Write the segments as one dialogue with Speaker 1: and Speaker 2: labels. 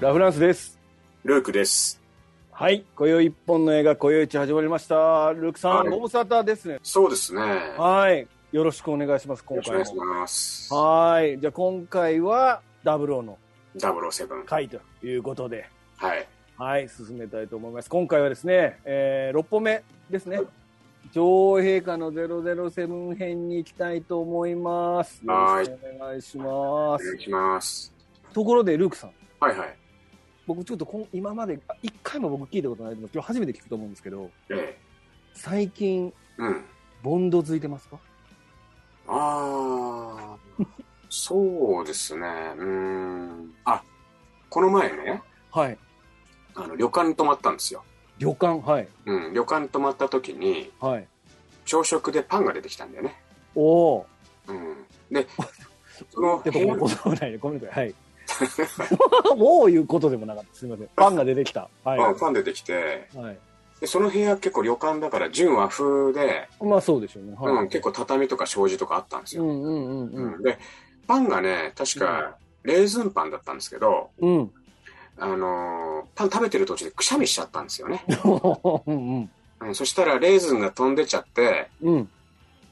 Speaker 1: ラフランスです。
Speaker 2: ルークです。
Speaker 1: はい、今宵一本の映画、今宵一始まりました。ルークさ
Speaker 2: は
Speaker 1: ん、
Speaker 2: い
Speaker 1: ご無沙汰ですね。
Speaker 2: そうですね。よ
Speaker 1: はい、よろしくお願いします、今
Speaker 2: ろし
Speaker 1: 回
Speaker 2: くお願いし
Speaker 1: も。
Speaker 2: ます。
Speaker 1: はい、じゃあ今回は、ダブルの
Speaker 2: 007。
Speaker 1: 回ということで、
Speaker 2: はい。
Speaker 1: はい、進めたいと思います。今回はですね、え6本目ですね。女王陛下の007編に行きたいと思います。よろしくお願いしま
Speaker 2: お願
Speaker 1: す
Speaker 2: い。します。
Speaker 1: ところで、ルークさん。
Speaker 2: はいはい。
Speaker 1: 僕ちょっとこん今まであ一回も僕聞いたことないと思う今日初めて聞くと思うんですけど
Speaker 2: ええ。
Speaker 1: 最近
Speaker 2: うん。
Speaker 1: ボンド付いてますか
Speaker 2: ああ、 そうですね。うーん。あ、この前ね、
Speaker 1: はい
Speaker 2: あの、旅館に泊まったんですよ。
Speaker 1: 旅館はい
Speaker 2: うん。旅館に泊まった時に、
Speaker 1: はい
Speaker 2: 朝食でパンが出てきたんだよね。
Speaker 1: おお
Speaker 2: うん。 で、その
Speaker 1: で
Speaker 2: 部
Speaker 1: も
Speaker 2: 屋
Speaker 1: もうことないねごめんなさいはいもういうことでもなかったすみませんパンが出てきたはい、
Speaker 2: うんパン出てきて、
Speaker 1: はい、
Speaker 2: でその部屋結構旅館だから純和風で、
Speaker 1: まあそうでしょうねはい、
Speaker 2: うん、結構畳とか障子とかあったんで
Speaker 1: う
Speaker 2: すよ。
Speaker 1: んうんうんうん
Speaker 2: で、パンがね、確か、レーズンパンだったんですけど、
Speaker 1: うん
Speaker 2: あのーパン食べてる途中でくしゃみしちゃったんですよね。
Speaker 1: うんうん
Speaker 2: うん、そしたらレーズンが飛んでっちゃって、
Speaker 1: うん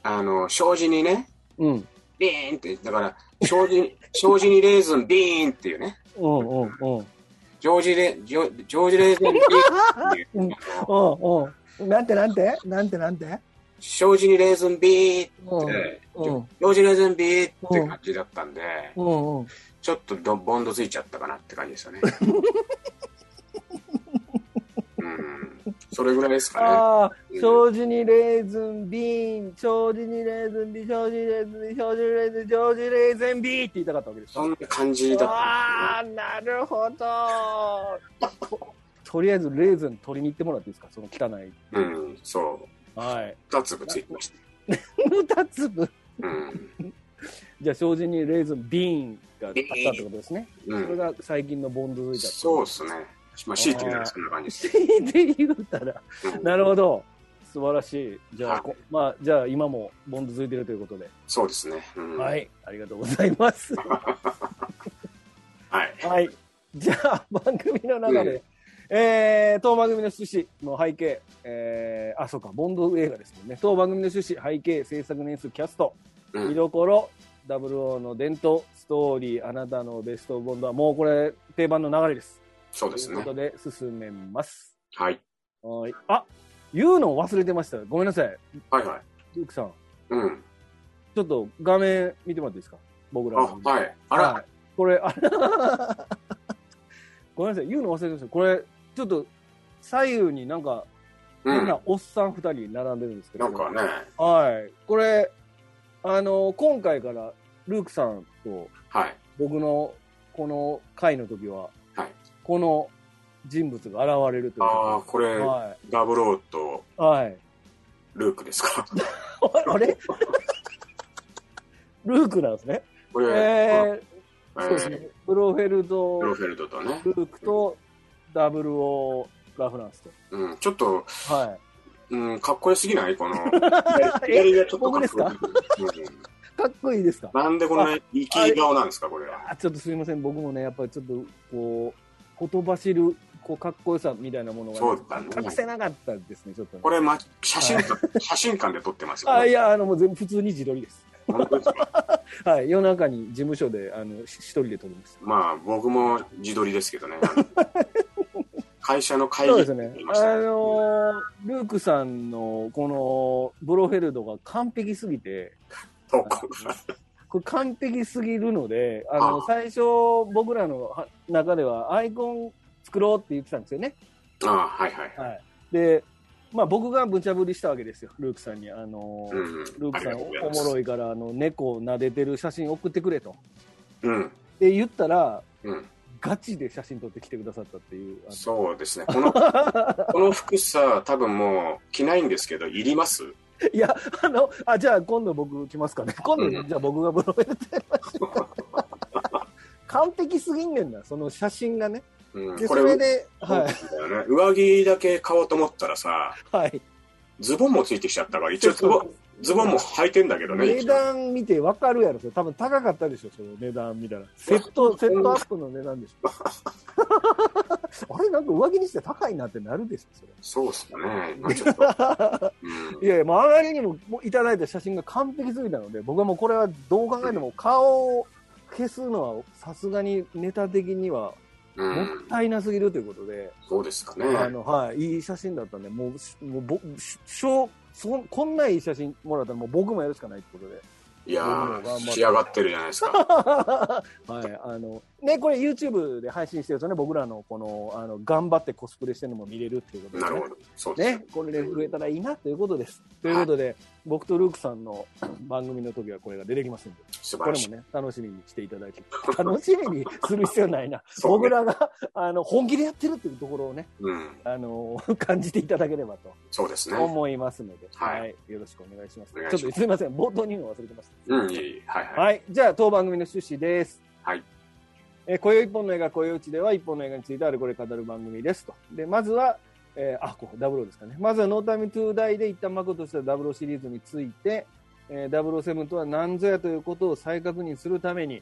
Speaker 2: あのー障子にね、
Speaker 1: うん
Speaker 2: ビーンって、だから、障子 に、障子にレーズンビーンっていうね、
Speaker 1: うんうんうんうん
Speaker 2: ジョージレ、ジョジョージレーズンビーンっていう、あの
Speaker 1: うんなんてなんてなんてなんて
Speaker 2: 障子にレーズンビーン
Speaker 1: うんうん
Speaker 2: って、
Speaker 1: う
Speaker 2: ジ
Speaker 1: ん
Speaker 2: ョジョージレーズンビーンって感じだったんで、
Speaker 1: うんうん
Speaker 2: ちょっとどボンドついちゃったかなって感じですよ ね。うん、それぐらいですか
Speaker 1: ああ
Speaker 2: う、ん
Speaker 1: 障子にレーズンビーン、障子にレーズンビーン、障子にレーズンビーン、障子にレーズンビーン、障子にレーズンビーンって言いたかったわけで
Speaker 2: ね。
Speaker 1: す
Speaker 2: そんな感じだった
Speaker 1: ああ、なるほど。とりあえずレーズン取りに行ってもらっていいですか、その汚い。
Speaker 2: んですよね。うん、そう。
Speaker 1: はい。
Speaker 2: 二粒ついてました。
Speaker 1: 二粒。
Speaker 2: うん。
Speaker 1: じゃあ障子にレーズンビーンがあったってことですね。
Speaker 2: う
Speaker 1: それ
Speaker 2: ん、
Speaker 1: が最近のボンドづいた。
Speaker 2: そうですね。まあ、強いて言うならそんな感じです。
Speaker 1: で言うたら。
Speaker 2: うん
Speaker 1: なるほど。素晴らしい。じゃあ、
Speaker 2: はい
Speaker 1: こまあ、じゃあ今もボンドづいてるということで。
Speaker 2: そうですね。うん、
Speaker 1: は。い。ありがとうございます。
Speaker 2: はい。
Speaker 1: はい。じゃあ、番組の中で、えー、当番組の趣旨の背景、えー、あ、そうか、ボンド映画ですもんね。当番組の趣旨、背景、制作年数、キャスト、
Speaker 2: う
Speaker 1: 見
Speaker 2: ん、
Speaker 1: どころ、00の伝統、ストーリー、あなたのベストボンドは、もうこれ、定番の流れです。
Speaker 2: そうで
Speaker 1: とい
Speaker 2: す
Speaker 1: う
Speaker 2: ね
Speaker 1: こ。とで、進めます。
Speaker 2: はい。
Speaker 1: はい。あ、言うのを忘れてました。ごめんなさい。
Speaker 2: はいはい。
Speaker 1: ルークさん、
Speaker 2: うん。
Speaker 1: ちょっと画面見てもらっていいですか僕
Speaker 2: あ、
Speaker 1: らの。
Speaker 2: はい。あ
Speaker 1: はい
Speaker 2: ら、
Speaker 1: これ、あら、 ごめんなさい、言うの忘れてました。これ、ちょっと、左右になんか、
Speaker 2: う
Speaker 1: 変
Speaker 2: ん。
Speaker 1: なおっさん二人並んでるんですけ
Speaker 2: な
Speaker 1: ど。
Speaker 2: んかね、
Speaker 1: はい。これ、あの、今回から、ルークさんと
Speaker 2: はい。
Speaker 1: 僕の、この回の時は、
Speaker 2: はい
Speaker 1: この人物が現れるという
Speaker 2: ああ、
Speaker 1: こ
Speaker 2: これ
Speaker 1: とで、はい。
Speaker 2: ダブローと
Speaker 1: はい。
Speaker 2: ルークですか。
Speaker 1: あ れルークなんですね。
Speaker 2: これ、
Speaker 1: え
Speaker 2: え
Speaker 1: ー、
Speaker 2: ー
Speaker 1: そうですね。ブロフェルド
Speaker 2: ブロフェルドとね。
Speaker 1: ルークとダブルをラフランスと。
Speaker 2: うん、ちょっと、
Speaker 1: は。
Speaker 2: うん、かっこよすぎないこの がちょっとかっこよすぎるうん
Speaker 1: い。かっこいいですか
Speaker 2: なんでこんな生き顔なんですか、これは。
Speaker 1: あちょっとすいません、僕もね、やっぱりちょっと、こう、ほとばしる、こう、かっこよさみたいなものが、
Speaker 2: そうだね
Speaker 1: 隠せなかったですね、ちょっとね、
Speaker 2: これ、ま、写真館、写真館で撮ってますよ、
Speaker 1: あ、い
Speaker 2: ね。
Speaker 1: や、あの、もう全部普通に自撮りです。
Speaker 2: 本当ですか
Speaker 1: はい。夜中に事務所で、あの、し一人で撮りました。
Speaker 2: まあ、僕も自撮りですけどね。あの会社の会
Speaker 1: そう
Speaker 2: 議
Speaker 1: ですね
Speaker 2: に行き。
Speaker 1: あ
Speaker 2: ました
Speaker 1: のールークさんの、この、ブロフェルドが完璧すぎて、
Speaker 2: そうか
Speaker 1: これ完璧すぎるので、あ
Speaker 2: あ
Speaker 1: の、最初、僕らのは中ではアイコン作ろうって言ってたんですよね。
Speaker 2: ああ、はいはい。
Speaker 1: はい。で、まあ僕が無茶ぶりしたわけですよ、ルークさんに。あのー、
Speaker 2: うん、
Speaker 1: ルーク
Speaker 2: あり
Speaker 1: さ
Speaker 2: が
Speaker 1: ん
Speaker 2: とう
Speaker 1: お
Speaker 2: ございます
Speaker 1: もろいから、あの、猫を撫でてる写真送ってくれと。
Speaker 2: うん、
Speaker 1: で、言ったら、
Speaker 2: うん。
Speaker 1: ガチで写真撮ってきてくださったっていう。あの
Speaker 2: そうですね。この、この服さ、多分もう着ないんですけど、いります
Speaker 1: いや、あの、あ、じゃあ今度僕来 ますかね。今度、
Speaker 2: うん
Speaker 1: じゃあ僕がブロフェルテマシン 完璧すぎんねんな、その写真がね。
Speaker 2: うん、
Speaker 1: で、
Speaker 2: こ
Speaker 1: それ
Speaker 2: れ、
Speaker 1: で、は
Speaker 2: 上着だけ買おうと思ったらさ、
Speaker 1: い。はい。
Speaker 2: ズボンもついてきちゃったから、一応ズボン、ズボンも履いてんだけどね。
Speaker 1: 値段見て分かるやろ、それ。多分高かったでしょ、その値段見たら。セット、セットアップの値段でし ょ。あれ、なんか上着にして高いなってなるでしょ、それ。
Speaker 2: そうっすかね。まあちょっと。 うん
Speaker 1: いやいや、もうあまりにももういただいた写真が完璧すぎたので、僕はもうこれはどう考えても顔を消すのはさすがにネタ的には
Speaker 2: う
Speaker 1: もっ
Speaker 2: ん。
Speaker 1: たいなすぎるということで、
Speaker 2: そうですか
Speaker 1: あ
Speaker 2: ね。
Speaker 1: の、はい、いい写真だったんで、もうし、もうぼ、ししょうそんこんないい写真もらったらもう僕もやるしかないってことで。
Speaker 2: いや
Speaker 1: うん頑張っ
Speaker 2: ー、
Speaker 1: て
Speaker 2: 仕上がってるじゃないですか。
Speaker 1: はい、あの、ね、これ YouTube で配信してるとね、僕らのこの、あの、頑張ってコスプレしてるのも見れるっていうことで、
Speaker 2: な
Speaker 1: ね。
Speaker 2: るほど。そうです
Speaker 1: ね、これで増えたらいいなということです。ということで、僕とルークさんの 番組の時はこれが出てきますんで、
Speaker 2: 素
Speaker 1: こ
Speaker 2: 晴
Speaker 1: れ
Speaker 2: ら
Speaker 1: も
Speaker 2: しい。
Speaker 1: ね、楽しみにしていただき、楽しみにする必要ないな。
Speaker 2: そう
Speaker 1: 僕
Speaker 2: ね
Speaker 1: らが、あの、本気でやってるっていうところをね、
Speaker 2: うん。
Speaker 1: あの、 感じていただければと
Speaker 2: そうですね。
Speaker 1: 思いますので、
Speaker 2: はい
Speaker 1: よろしくお願いします。
Speaker 2: お願いし
Speaker 1: ち
Speaker 2: ま
Speaker 1: ょっ
Speaker 2: す
Speaker 1: とすみません、冒頭に言うの忘れてました。
Speaker 2: うん、いえいえ。はいはい。
Speaker 1: はい。じゃあ、当番組の趣旨です。
Speaker 2: はい。
Speaker 1: えー、今宵一本の映画、今宵うちでは、一本の映画についてあれこれ語る番組ですと。で、まずは、えーあ、こう、ダブルですかね。まずは、ノータイムトゥーダイで一旦幕としたダブルシリーズについて、えー、007とは何ぞやということを再確認するために、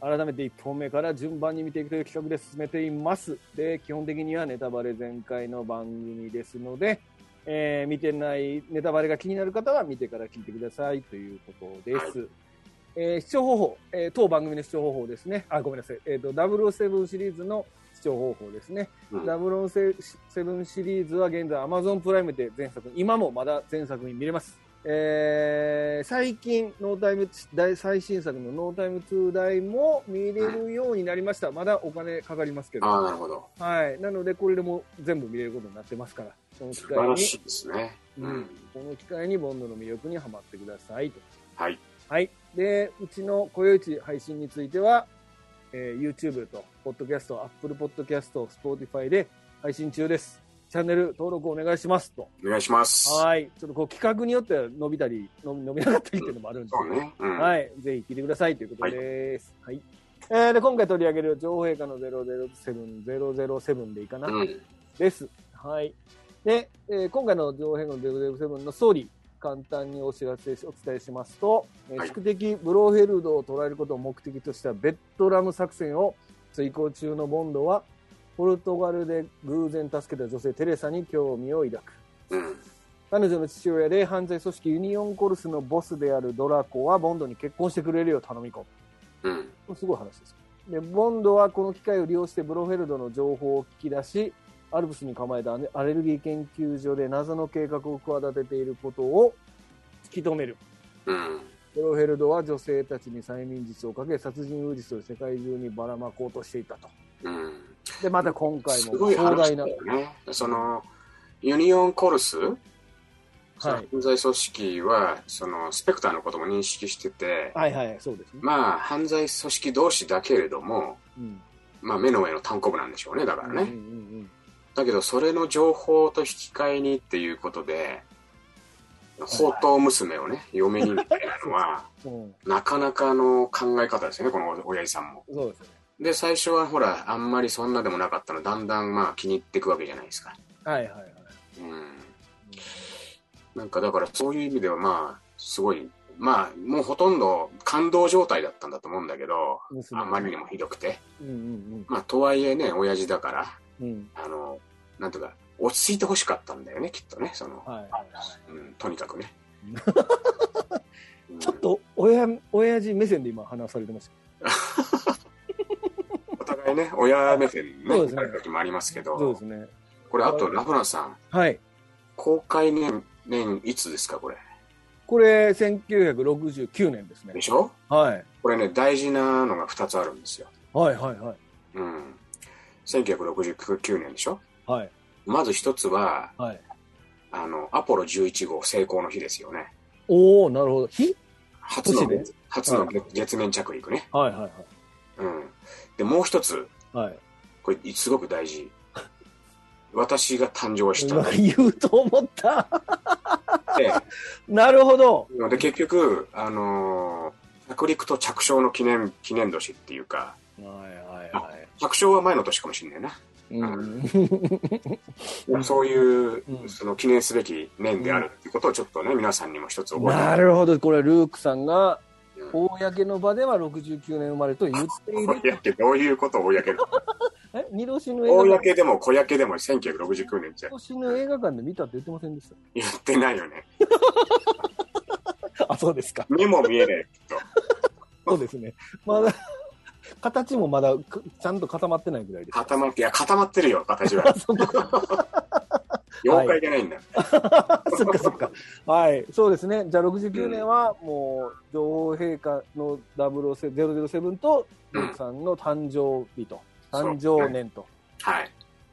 Speaker 1: 改めて一本目から順番に見ていくという企画で進めています。で、基本的にはネタバレ全開の番組ですので、えー見てないネタバレが気になる方は見てから聞いてくださいということです。えー視聴方法、えー当番組の視聴方法ですね。あ、ごめんなさい。えっ、と、007シリーズの視聴方法ですね。
Speaker 2: うん
Speaker 1: 007シリーズは現在 Amazon プライムで全作品、今もまだ全作品見れます。えー最近、ノータイム、大最新作のノータイム2台も見れるようになりました。まだお金かかりますけど。
Speaker 2: ああ、なるほど。
Speaker 1: はい。なので、これでも全部見れることになってますから、この機
Speaker 2: 素
Speaker 1: 会
Speaker 2: 晴ら
Speaker 1: に、
Speaker 2: しいですね。う
Speaker 1: うん
Speaker 2: ん。
Speaker 1: この機会にボンドの魅力にはまってくださいと。
Speaker 2: はい。
Speaker 1: はい。で、うちのこよいち配信については、えー YouTube と、Podcast、Apple Podcast、Spotify で配信中です。チャンネル登録お願いしますと。
Speaker 2: お願いします。
Speaker 1: はい。ちょっとこう企画によっては伸びたり、伸び伸びなかったりっていうのもあるんです
Speaker 2: そ
Speaker 1: け
Speaker 2: う
Speaker 1: ど、
Speaker 2: ね。うん。
Speaker 1: はい。ぜひ聞いてくださいということです。はい。えーで、今回取り上げる情報陛下の007、007でいいかな。
Speaker 2: うん。
Speaker 1: です。はい。で、えー今回の上辺の007の総理、簡単にお知らせし、お伝えしますと、えー
Speaker 2: はい
Speaker 1: 宿敵ブローヘルドを捉えることを目的としたベッドラム作戦を遂行中のボンドは、ポルトガルで偶然助けた女性テレサに興味を抱く。
Speaker 2: うん。
Speaker 1: 彼女の父親で犯罪組織ユニオンコルスのボスであるドラコはボンドに結婚してくれるよう頼み込む。
Speaker 2: うん。
Speaker 1: すごい話です。で、ボンドはこの機会を利用してブロフェルドの情報を聞き出し、アルプスに構えたアレルギー研究所で謎の計画を企てていることを突き止める。
Speaker 2: うん。
Speaker 1: ブロフェルドは女性たちに催眠術をかけ、殺人ウイルスを世界中にばらまこうとしていたと。
Speaker 2: うん。
Speaker 1: で、また今回
Speaker 2: す
Speaker 1: も
Speaker 2: ごい
Speaker 1: 壮
Speaker 2: 話
Speaker 1: 大な
Speaker 2: だ、よね。その、ユニオンコルス、
Speaker 1: はい。
Speaker 2: 犯罪組織は、その、スペクターのことも認識してて、
Speaker 1: はいはい、そうですね。
Speaker 2: まあ、犯罪組織同士だけれども、
Speaker 1: うん。
Speaker 2: まあ、目の上の単行部なんでしょうね、だからね。
Speaker 1: うんうん
Speaker 2: だけど、それの情報と引き換えにっていうことで、宝刀娘をね、嫁にみたいなの は、
Speaker 1: うんうん。
Speaker 2: なかなかの考え方ですよね、この親父さんも。
Speaker 1: うん、そうですね。
Speaker 2: で、最初はほら、あんまりそんなでもなかったの、だんだんまあ気に入っていくわけじゃないですか。
Speaker 1: はいはいはい。
Speaker 2: うん。なんかだからそういう意味ではまあ、すごい、まあ、もうほとんど感動状態だったんだと思うんだけど、
Speaker 1: 娘
Speaker 2: あまりにもひどくて。
Speaker 1: うんうん
Speaker 2: まあ、とはいえね、親父だから、
Speaker 1: うん。うん。
Speaker 2: あの、なんとか、落ち着いてほしかったんだよね、きっとね、その、
Speaker 1: はいはいはい。
Speaker 2: うん、とにかく ね。うん
Speaker 1: ちょっと、親、親父目線で今話されてました。
Speaker 2: お互いね、親目線ね、
Speaker 1: そう
Speaker 2: み
Speaker 1: ですね
Speaker 2: たいな時もありますけ
Speaker 1: そう
Speaker 2: ど
Speaker 1: で、すね。
Speaker 2: これ、あと、ラフランさん、
Speaker 1: はい。
Speaker 2: 公開年、年いつですか、これ。
Speaker 1: これ、1969年ですね
Speaker 2: で。しょ
Speaker 1: はい。
Speaker 2: これね、大事なのが2つあるんですよ。
Speaker 1: はいはいはい。
Speaker 2: うん。1969年でしょ
Speaker 1: はい。
Speaker 2: まず1つは、
Speaker 1: はい。
Speaker 2: あの、アポロ11号成功の日ですよね。
Speaker 1: おおなるほど。火
Speaker 2: 初の
Speaker 1: 都市で、
Speaker 2: 初の月月面着陸ね。
Speaker 1: はいはいはい。
Speaker 2: うん。で、もう一つ、
Speaker 1: はい。
Speaker 2: これ、すごく大事。私が誕生した
Speaker 1: 今言うと思った。
Speaker 2: で、
Speaker 1: なるほど。
Speaker 2: で結局、あのー着陸と着床の記念、記念年っていうか、
Speaker 1: はいはい
Speaker 2: はい着床は前の年かもしれないな。
Speaker 1: うん。
Speaker 2: そういう、
Speaker 1: うん
Speaker 2: その記念すべき年であるっていうことをちょっとね、皆さんにも一つ覚えて
Speaker 1: なるほど、これ、ルークさんが、
Speaker 2: うん
Speaker 1: 公の場では69年生まれと言っている。
Speaker 2: 小焼け、どう いうことを公で。
Speaker 1: え、二度死ぬ
Speaker 2: 公
Speaker 1: 映画館、
Speaker 2: でも小焼けでも1969年じゃ
Speaker 1: 二度死ぬ映画館で見たって言ってませんでし
Speaker 2: 言ってないよね。
Speaker 1: た。あ、そうですか。
Speaker 2: 目も見えない、きっと。
Speaker 1: そうですね。まだ、形もまだくちゃんと固まってないぐらいです。
Speaker 2: 固まって、いや、固まってるよ、形 は。
Speaker 1: そっか、
Speaker 2: 妖怪じゃないんだ。
Speaker 1: そっか、そっか。はい、そうですね。じゃあ69年は、もう、女王陛下の007 007と、ルークさんの誕生日と、誕生年と、
Speaker 2: はい。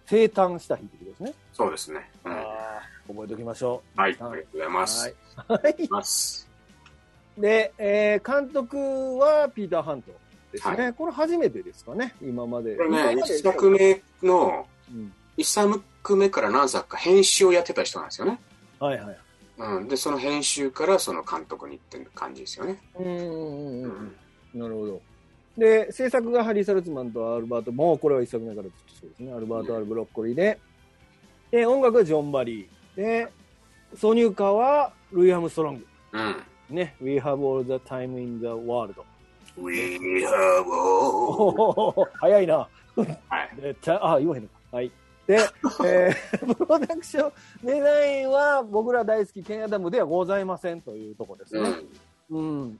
Speaker 1: 生誕した日ってことですね。
Speaker 2: そうですね。うん、はい。
Speaker 1: あー覚えておきましょ
Speaker 2: ありがとうございま
Speaker 1: は
Speaker 2: す
Speaker 1: い。う。
Speaker 2: ます
Speaker 1: で、えー監督はピーター・ハントですね、
Speaker 2: は
Speaker 1: これ初めてですかね、今まで。
Speaker 2: これ
Speaker 1: 今
Speaker 2: ね、
Speaker 1: まで
Speaker 2: 一作目の、
Speaker 1: うん
Speaker 2: 一作目から何作か編集をやってた人なんですよね。
Speaker 1: はいはい。
Speaker 2: うん。で、その編集からその監督にっていう感じですよね。
Speaker 1: うんうんう
Speaker 2: うんん。
Speaker 1: うん、なるほど。で、制作がハリー・サルツマンとアルバート、もうこれは一作目からずっとそうですね、アルバート・アル・ブロッコリーで、で、音楽はジョン・バリー、で、挿入歌はルイ・ハムストロング、
Speaker 2: うん。
Speaker 1: ね、We Have All the Time in the World。
Speaker 2: We have
Speaker 1: お
Speaker 2: all.
Speaker 1: お早いな。
Speaker 2: はい。
Speaker 1: でちゃあ言わへんのかはい で、えープロダクションデザインは僕ら大好きケンアダムではございませんというとこです
Speaker 2: う
Speaker 1: ね、
Speaker 2: ん。
Speaker 1: うん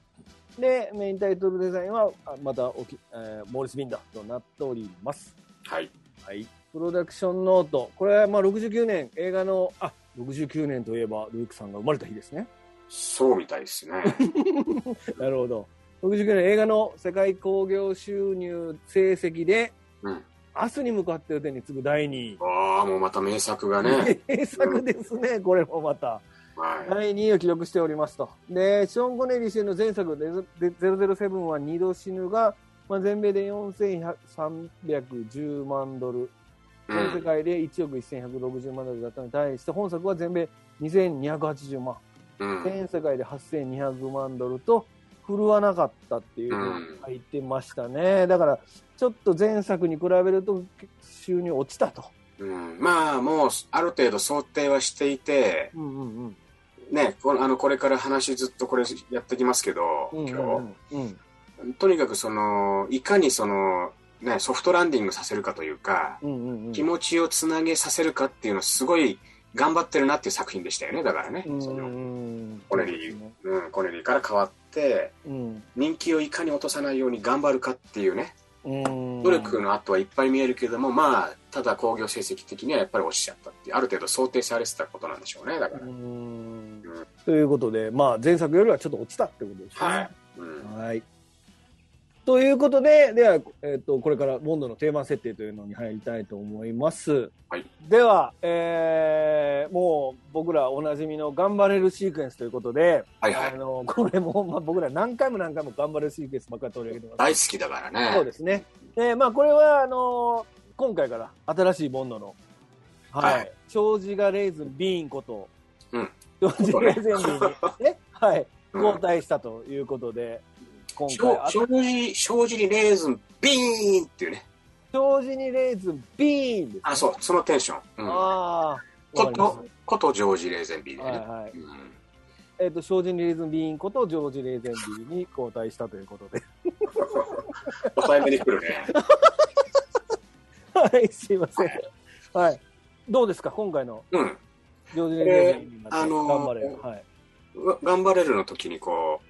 Speaker 1: でメインタイトルデザインはあまたおき、えーモーリス・ビンダーとなっております、
Speaker 2: はい。
Speaker 1: はい、プロダクションノートこれはまあ69年映画のあ69年といえばルークさんが生まれた日ですね
Speaker 2: そうみたいですね。
Speaker 1: なるほど69年映画の世界興行収入成績で
Speaker 2: うん。
Speaker 1: 明日に向かってる手に次ぐ第2位
Speaker 2: ああ、もうまた名作がね。
Speaker 1: 名作ですね、これもまた。
Speaker 2: は
Speaker 1: 第2位を記録しておりますと。で、ショーン・コネリー主演の前作、でで007は二度死ぬが、まあ、全米で4310万ドル、
Speaker 2: い。う
Speaker 1: 全世
Speaker 2: ん。
Speaker 1: 界で1億1160万ドルだったのに対して、本作は全米2280万、
Speaker 2: うん。
Speaker 1: 全世界で8200万ドルと、振るわなかったっていうふうに書いてましたね。だから、ちょっと前作に比べると収入落ちたと。
Speaker 2: うん、まあ、もう、ある程度想定はしていて、
Speaker 1: うんうんうん。
Speaker 2: ね、このあのこれから話ずっとこれやってきますけど、
Speaker 1: うん
Speaker 2: 今
Speaker 1: うんうんうん
Speaker 2: 日、とにかくその、いかにその、ね、ソフトランディングさせるかというか、
Speaker 1: うんうんうん
Speaker 2: 気持ちをつなげさせるかっていうのすごい頑張ってるなっていう作品でしたよね、だからね。そのコネリー、うん、コネリーから変わって、
Speaker 1: うん
Speaker 2: 人気をいかに落とさないように頑張るかっていうね、
Speaker 1: うん
Speaker 2: 努力の後はいっぱい見えるけれども、まあ、ただ興行成績的にはやっぱり落ちちゃったっていう、ある程度想定されてたことなんでしょうね、だか
Speaker 1: う
Speaker 2: ら。
Speaker 1: んということで、まあ、前作よりはちょっと落ちたってことですね。
Speaker 2: はい。うん。
Speaker 1: はいということで、では、えっとこれからボンドのテーマ設定というのに入りたいと思います。
Speaker 2: はい
Speaker 1: では、えーもう僕らおなじみの頑張れるシークエンスということで、
Speaker 2: はいは
Speaker 1: あ
Speaker 2: い。
Speaker 1: のこれも、まあ、僕ら何回も何回も頑張れるシークエンスばっかり取り上げてます。
Speaker 2: 大好きだからね。
Speaker 1: そうですね。で、まあ、これは、あのー今回から新しいボンドの、はい。
Speaker 2: はい
Speaker 1: 長寿がレーズン・ビーンこと、
Speaker 2: うん。
Speaker 1: 長寿がレーズン・ビーン に、ね、はい。
Speaker 2: うん
Speaker 1: 交代したということで、今回、あ
Speaker 2: 障子、障子にレーズン、ビーンっていうね。
Speaker 1: 長寿にレーズン・ビーンです、ね。
Speaker 2: あ、そう、そのテンション。うん、
Speaker 1: ああ、わ
Speaker 2: こ
Speaker 1: かりまし
Speaker 2: と、ことジョージ・レーズン、ビー
Speaker 1: た
Speaker 2: ンで
Speaker 1: はい
Speaker 2: ね。
Speaker 1: はい。
Speaker 2: うん
Speaker 1: えっ、と、長寿にレーズン・ビーンこと、ジョージ・レーズン・ビーンに交代したということで。
Speaker 2: 抑えめに来るね。
Speaker 1: はい、すいません。はい。どうですか、今回の
Speaker 2: うん。
Speaker 1: ジョージ・レーズン・ビーンになって、
Speaker 2: えーあのー
Speaker 1: 頑張れる。はい。
Speaker 2: が頑張れるの時にこ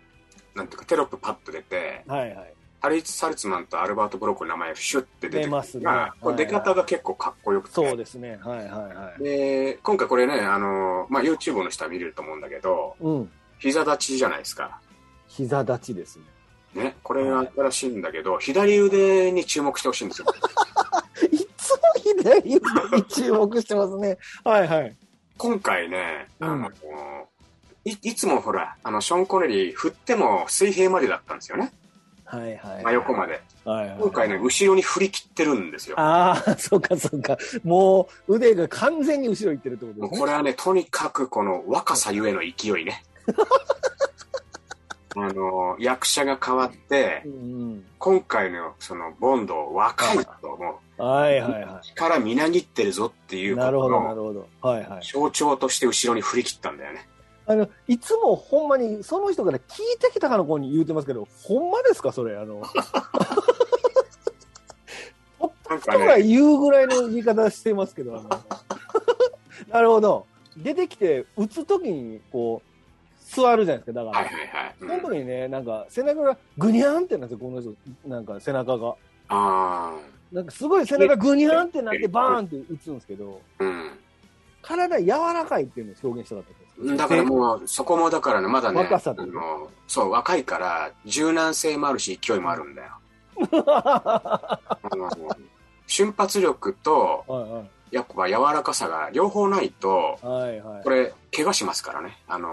Speaker 2: う、なんていうか、テロップパッと出て、
Speaker 1: はいはい。
Speaker 2: ハリー・サルツマンとアルバート・ブロックの名前、シュッて出て
Speaker 1: 出ますね
Speaker 2: まあこれ出方が結構かっこよくて。
Speaker 1: そうですね。はいはいはい。
Speaker 2: で、今回これね、あの、まあ、YouTube の人は見れると思うんだけど、
Speaker 1: うん。
Speaker 2: 膝立ちじゃないですか。
Speaker 1: 膝立ちですね。
Speaker 2: ね、これが新しいんだけど、左腕に注目してほしいん ですよ。
Speaker 1: いつも左腕に注目してますね。はいはい。
Speaker 2: 今回ね、
Speaker 1: うん
Speaker 2: あの、いいつもほら、あの、ショーン・コネリー振っても水平までだったんですよね。
Speaker 1: はいはい。
Speaker 2: 真横まで。
Speaker 1: はいはい。
Speaker 2: 今回ね、後ろに振り切ってるんですよ。
Speaker 1: ああ、そうかそうか。もう腕が完全に後ろ行ってるってこと
Speaker 2: もう
Speaker 1: です
Speaker 2: こ
Speaker 1: ね。
Speaker 2: れはね、とにかくこの若さゆえの勢い ね。あの、役者が変わって
Speaker 1: う、んうん。
Speaker 2: 今回のそのボンド、若いと、もう、
Speaker 1: はいはいは
Speaker 2: 力みなぎってるぞってい
Speaker 1: い。
Speaker 2: うこ
Speaker 1: なる
Speaker 2: と
Speaker 1: ほど、な
Speaker 2: の
Speaker 1: るほど。はいはい。
Speaker 2: 象徴として後ろに振り切ったんだよね。
Speaker 1: あの、いつもほんまに、その人から聞いてきたかの子に言うてますけど、ほんまですか、それ。あの、
Speaker 2: なんか
Speaker 1: 人が
Speaker 2: ね、
Speaker 1: 言うぐらいの言い方してますけど、あの なるほど。出てきて、打つときに、こう、座るじゃないですか、だか
Speaker 2: は
Speaker 1: ら。
Speaker 2: いはいはい。うん
Speaker 1: その時にね、なんか、背中がぐにゃんってなって、この人、なんか背中が。
Speaker 2: あ
Speaker 1: なんかすごい背中ぐにゃんってなって、バーンって打つんですけど、
Speaker 2: あ、うん。
Speaker 1: 体柔らかいっていうのを表現したかったんです
Speaker 2: だからもう、そこもだからね、まだね、
Speaker 1: 若さと
Speaker 2: あ
Speaker 1: いう
Speaker 2: のそう、若いから、柔軟性もあるし、勢いもあるんだよ。あの瞬発力と、
Speaker 1: は
Speaker 2: やっぱ柔らかさが両方ないと、
Speaker 1: いはい。はいはい
Speaker 2: こ。れ、怪我しますからね。あの、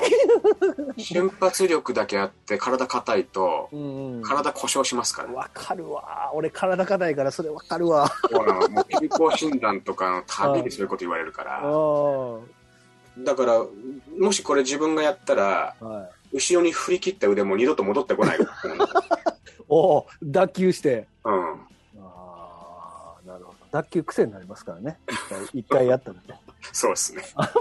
Speaker 2: 瞬発力だけあって、体硬いと
Speaker 1: う、んうん。
Speaker 2: 体故障しますからね。
Speaker 1: わかるわ。俺体硬いからそれわかるわ。
Speaker 2: ほらもう健康診断とかの旅でそういうこと言われるか
Speaker 1: あ
Speaker 2: ら。
Speaker 1: あ。は
Speaker 2: だから、もしこれ自分がやったら、
Speaker 1: い。
Speaker 2: 後ろに振り切った腕も二度と戻ってこない。
Speaker 1: おお、脱臼して。
Speaker 2: うん。
Speaker 1: ああ、なるほど。脱臼癖になりますからね。一回一回やったらね。
Speaker 2: そうですね。
Speaker 1: は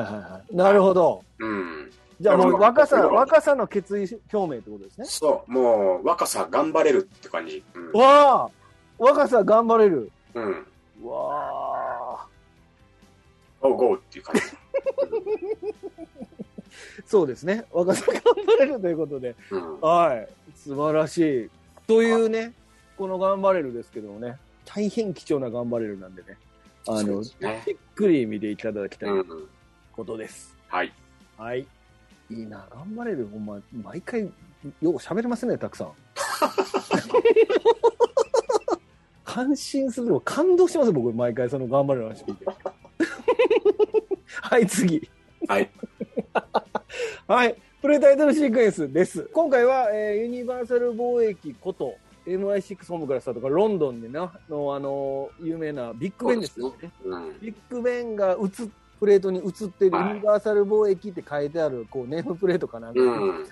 Speaker 1: いはいはい。なるほど。
Speaker 2: うん。
Speaker 1: じゃあもう
Speaker 2: なるほど
Speaker 1: 若さ、若さの決意表明ってことですね。
Speaker 2: そう、もう若さ頑張れるって感じ。うん
Speaker 1: わあ若さ頑張れる。
Speaker 2: うん。
Speaker 1: わあ。
Speaker 2: ゴーゴーっていう感じ。
Speaker 1: そうですね。若さ頑張れるということで。
Speaker 2: うん。
Speaker 1: はい。素晴らしい。というね、この頑張れるですけどもね、大変貴重な頑張れるなんでね、あ
Speaker 2: そう
Speaker 1: の、
Speaker 2: で
Speaker 1: じ
Speaker 2: すね。
Speaker 1: っくり見ていただきたい
Speaker 2: うん。
Speaker 1: ことです。
Speaker 2: はい。
Speaker 1: はい。いいな、頑張れる。ほんま、毎回、よう喋れますね、たくさん。感心するの、感動してます、僕、毎回、その頑張れる話聞い て。はい、次。
Speaker 2: はい。
Speaker 1: はい、プレタイトルシークエンスです。今回は、えーユニバーサル貿易こと MI6 ホームからスタートからロンドンでなの、あのー有名なビッグベンですよ
Speaker 2: そ
Speaker 1: ね。
Speaker 2: うん。
Speaker 1: ビッグベンが映っプレートに映っている
Speaker 2: はい
Speaker 1: ユニバーサル貿易って書いてあるこうネームプレートかなんか、
Speaker 2: うん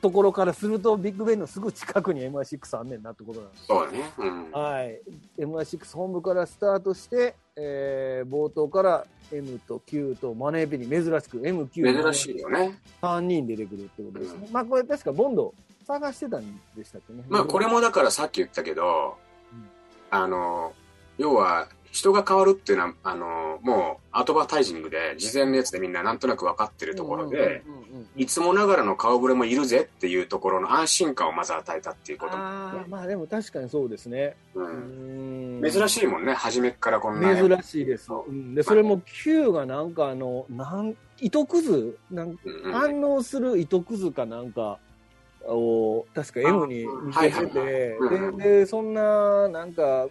Speaker 1: ところからするとビッグベンのすぐ近くに MI6 あんねんなってことなんです
Speaker 2: そうだね。うん。
Speaker 1: はい、MI6 本部からスタートして、えー冒頭から M と Q とマネーペに珍しく M、Q
Speaker 2: 珍しいよね。
Speaker 1: 3人出てくるってことですね。
Speaker 2: う
Speaker 1: まあこれ確かボンド探してたんでしたっけね。
Speaker 2: まあこれもだからさっき言ったけど
Speaker 1: うん、
Speaker 2: あの、要は、人が変わるっていうのは、あの、もう、アドバタイジングで、事前のやつでみんななんとなく分かってるところで、
Speaker 1: うんうんうんうん、
Speaker 2: いつもながらの顔ぶれもいるぜっていうところの安心感をまず与えたっていうことも。
Speaker 1: ああ、まあでも確かにそうですね。
Speaker 2: うん
Speaker 1: 珍
Speaker 2: 珍しいもんね、初めっからこんな。
Speaker 1: 珍しいです
Speaker 2: そ。
Speaker 1: うんで、それも Q がなんかあの、なん、糸くず、なん
Speaker 2: うんうん
Speaker 1: 反応する糸くずかなんかを、確か M に似せてて、
Speaker 2: はいはいはいうんうん
Speaker 1: で、で、そんな、なんか、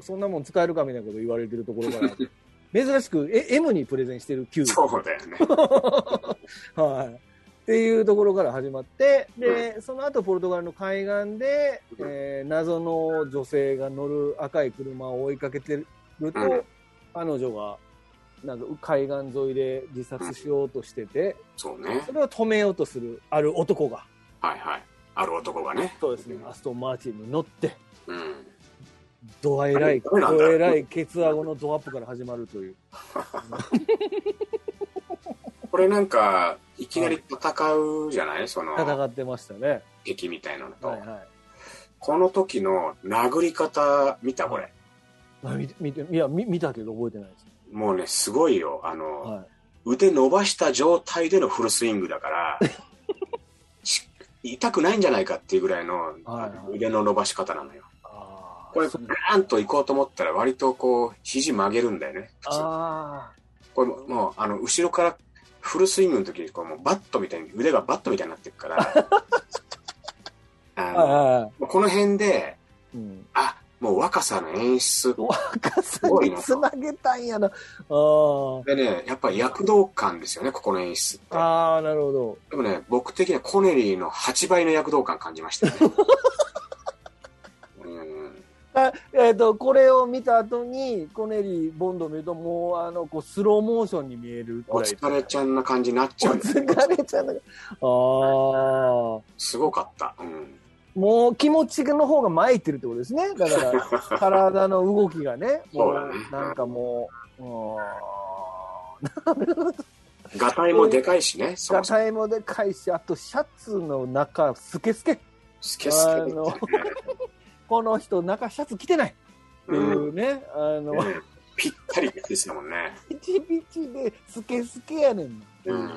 Speaker 1: そんなもん使えるかみたいなこと言われてるところ から、珍しくえ M にプレゼンしてる Q。
Speaker 2: そうだよね。
Speaker 1: はい。っていうところから始まって、で、その後ポルトガルの海岸で、
Speaker 2: うん
Speaker 1: えー謎の女性が乗る赤い車を追いかけてると、
Speaker 2: うん
Speaker 1: 彼女が、なんか海岸沿いで自殺しようとしてて、
Speaker 2: そうね。
Speaker 1: それを止めようとするある男が、
Speaker 2: はいはい。ある男がね。
Speaker 1: そうですね、アストンマーチンに乗って、
Speaker 2: うん。
Speaker 1: ドエライ、
Speaker 2: あれダメなんだ
Speaker 1: ドエライケツアゴのドアップから始まるという。
Speaker 2: これなんか、いきなり戦うじゃないその、
Speaker 1: 戦ってましたね。
Speaker 2: 敵みたいなのと。
Speaker 1: はいはい。
Speaker 2: この時の殴り方、見たこれ。
Speaker 1: まあ見て、見て、いや、見見たけど覚えてないです。
Speaker 2: もうね、すごいよ。あの、
Speaker 1: は
Speaker 2: 腕伸ばした状態でのフルスイング だから、し痛くないんじゃないかっていうぐらいの
Speaker 1: はいはい
Speaker 2: 腕の伸ばし方なのよ。
Speaker 1: い。あー
Speaker 2: これ、
Speaker 1: そう
Speaker 2: ガーンと行こうと思ったら、割とこう、肘曲げるんだよね、普通。
Speaker 1: あ
Speaker 2: これももう、あの、後ろからフルスイングの時に、こう、もうバットみたいに、腕がバットみたいになってるから、あ
Speaker 1: あ。
Speaker 2: の
Speaker 1: はいはい。
Speaker 2: この辺で、
Speaker 1: うん。
Speaker 2: あ、もう若さの演出
Speaker 1: 若さにつなげたんやな。あー
Speaker 2: でね、やっぱり躍動感ですよね、ここの演出って。
Speaker 1: あー、なるほど。
Speaker 2: でもね、僕的にはコネリーの8倍の躍動感感じました ね。うん
Speaker 1: あえっ、と、これを見た後に、コネリー・ボンドを見ると、もう、あの、こう、スローモーションに見える
Speaker 2: お
Speaker 1: くらい。
Speaker 2: 疲れちゃん な感じになっち
Speaker 1: お
Speaker 2: ゃうんですよ
Speaker 1: 疲れちゃうのが。ああ。
Speaker 2: すごかった。うん。
Speaker 1: もう気持ちの方が巻いてるってことですね。だから、体の動きがね、も
Speaker 2: そうだね
Speaker 1: なんかもう、う
Speaker 2: ガタイもでかいしね、そ
Speaker 1: ーん、
Speaker 2: もそも
Speaker 1: ガタイもでかいし、あとシャツの中、スケスケ。
Speaker 2: スケスケだったね
Speaker 1: この人、中シャツ着てないって
Speaker 2: う
Speaker 1: い
Speaker 2: ん
Speaker 1: うね、あの、
Speaker 2: うんぴったりでしたもんね。
Speaker 1: ピチピチでスケスケやねん。
Speaker 2: うん、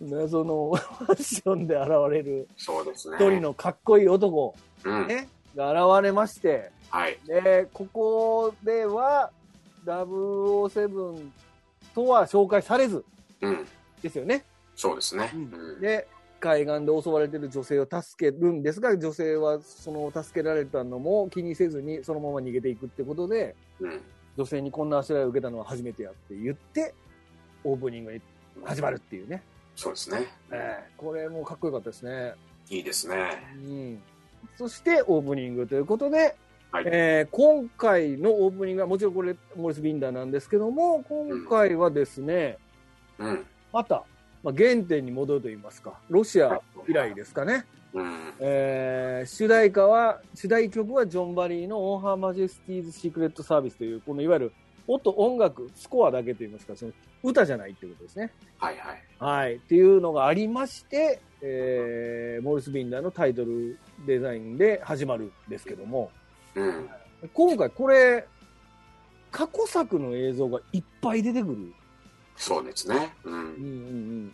Speaker 1: 謎のファッションで現れる
Speaker 2: そうですね。
Speaker 1: 一人のかっこいい男
Speaker 2: うん、
Speaker 1: ねが現れまして、
Speaker 2: はい。
Speaker 1: で、ここでは007とは紹介されず
Speaker 2: うん、
Speaker 1: ですよね。
Speaker 2: そうですね。
Speaker 1: う
Speaker 2: うんん、
Speaker 1: で、海岸で襲われてる女性を助けるんですが、女性はその助けられたのも気にせずにそのまま逃げていくってことで、
Speaker 2: うん、
Speaker 1: 女性にこんなあしらいを受けたのは初めてやって言って、オープニングに始まるっていうね。
Speaker 2: そうですね。
Speaker 1: ええこれもかっこよかったですね。
Speaker 2: いいです
Speaker 1: う
Speaker 2: ね。
Speaker 1: ん。そしてオープニングということで、
Speaker 2: はい
Speaker 1: えー今回のオープニングは、もちろんこれ、モリス・ビンダーなんですけども、今回はですね、
Speaker 2: うん、
Speaker 1: また、まあ、原点に戻ると言いますか、ロシア以来ですかね。
Speaker 2: うん、
Speaker 1: えー主題歌は、主題曲はジョン・バリーのオンハー・マジェスティーズ・シークレット・サービスという、このいわゆる音、音楽、スコアだけと言いますか、その歌じゃないってことですね。
Speaker 2: はいはい。
Speaker 1: はい。っていうのがありまして、えーモリス・ビンダーのタイトルデザインで始まるんですけども、
Speaker 2: うん、
Speaker 1: 今回これ、過去作の映像がいっぱい出てくる。
Speaker 2: そうですね。う
Speaker 1: うんう
Speaker 2: ん、
Speaker 1: んうん。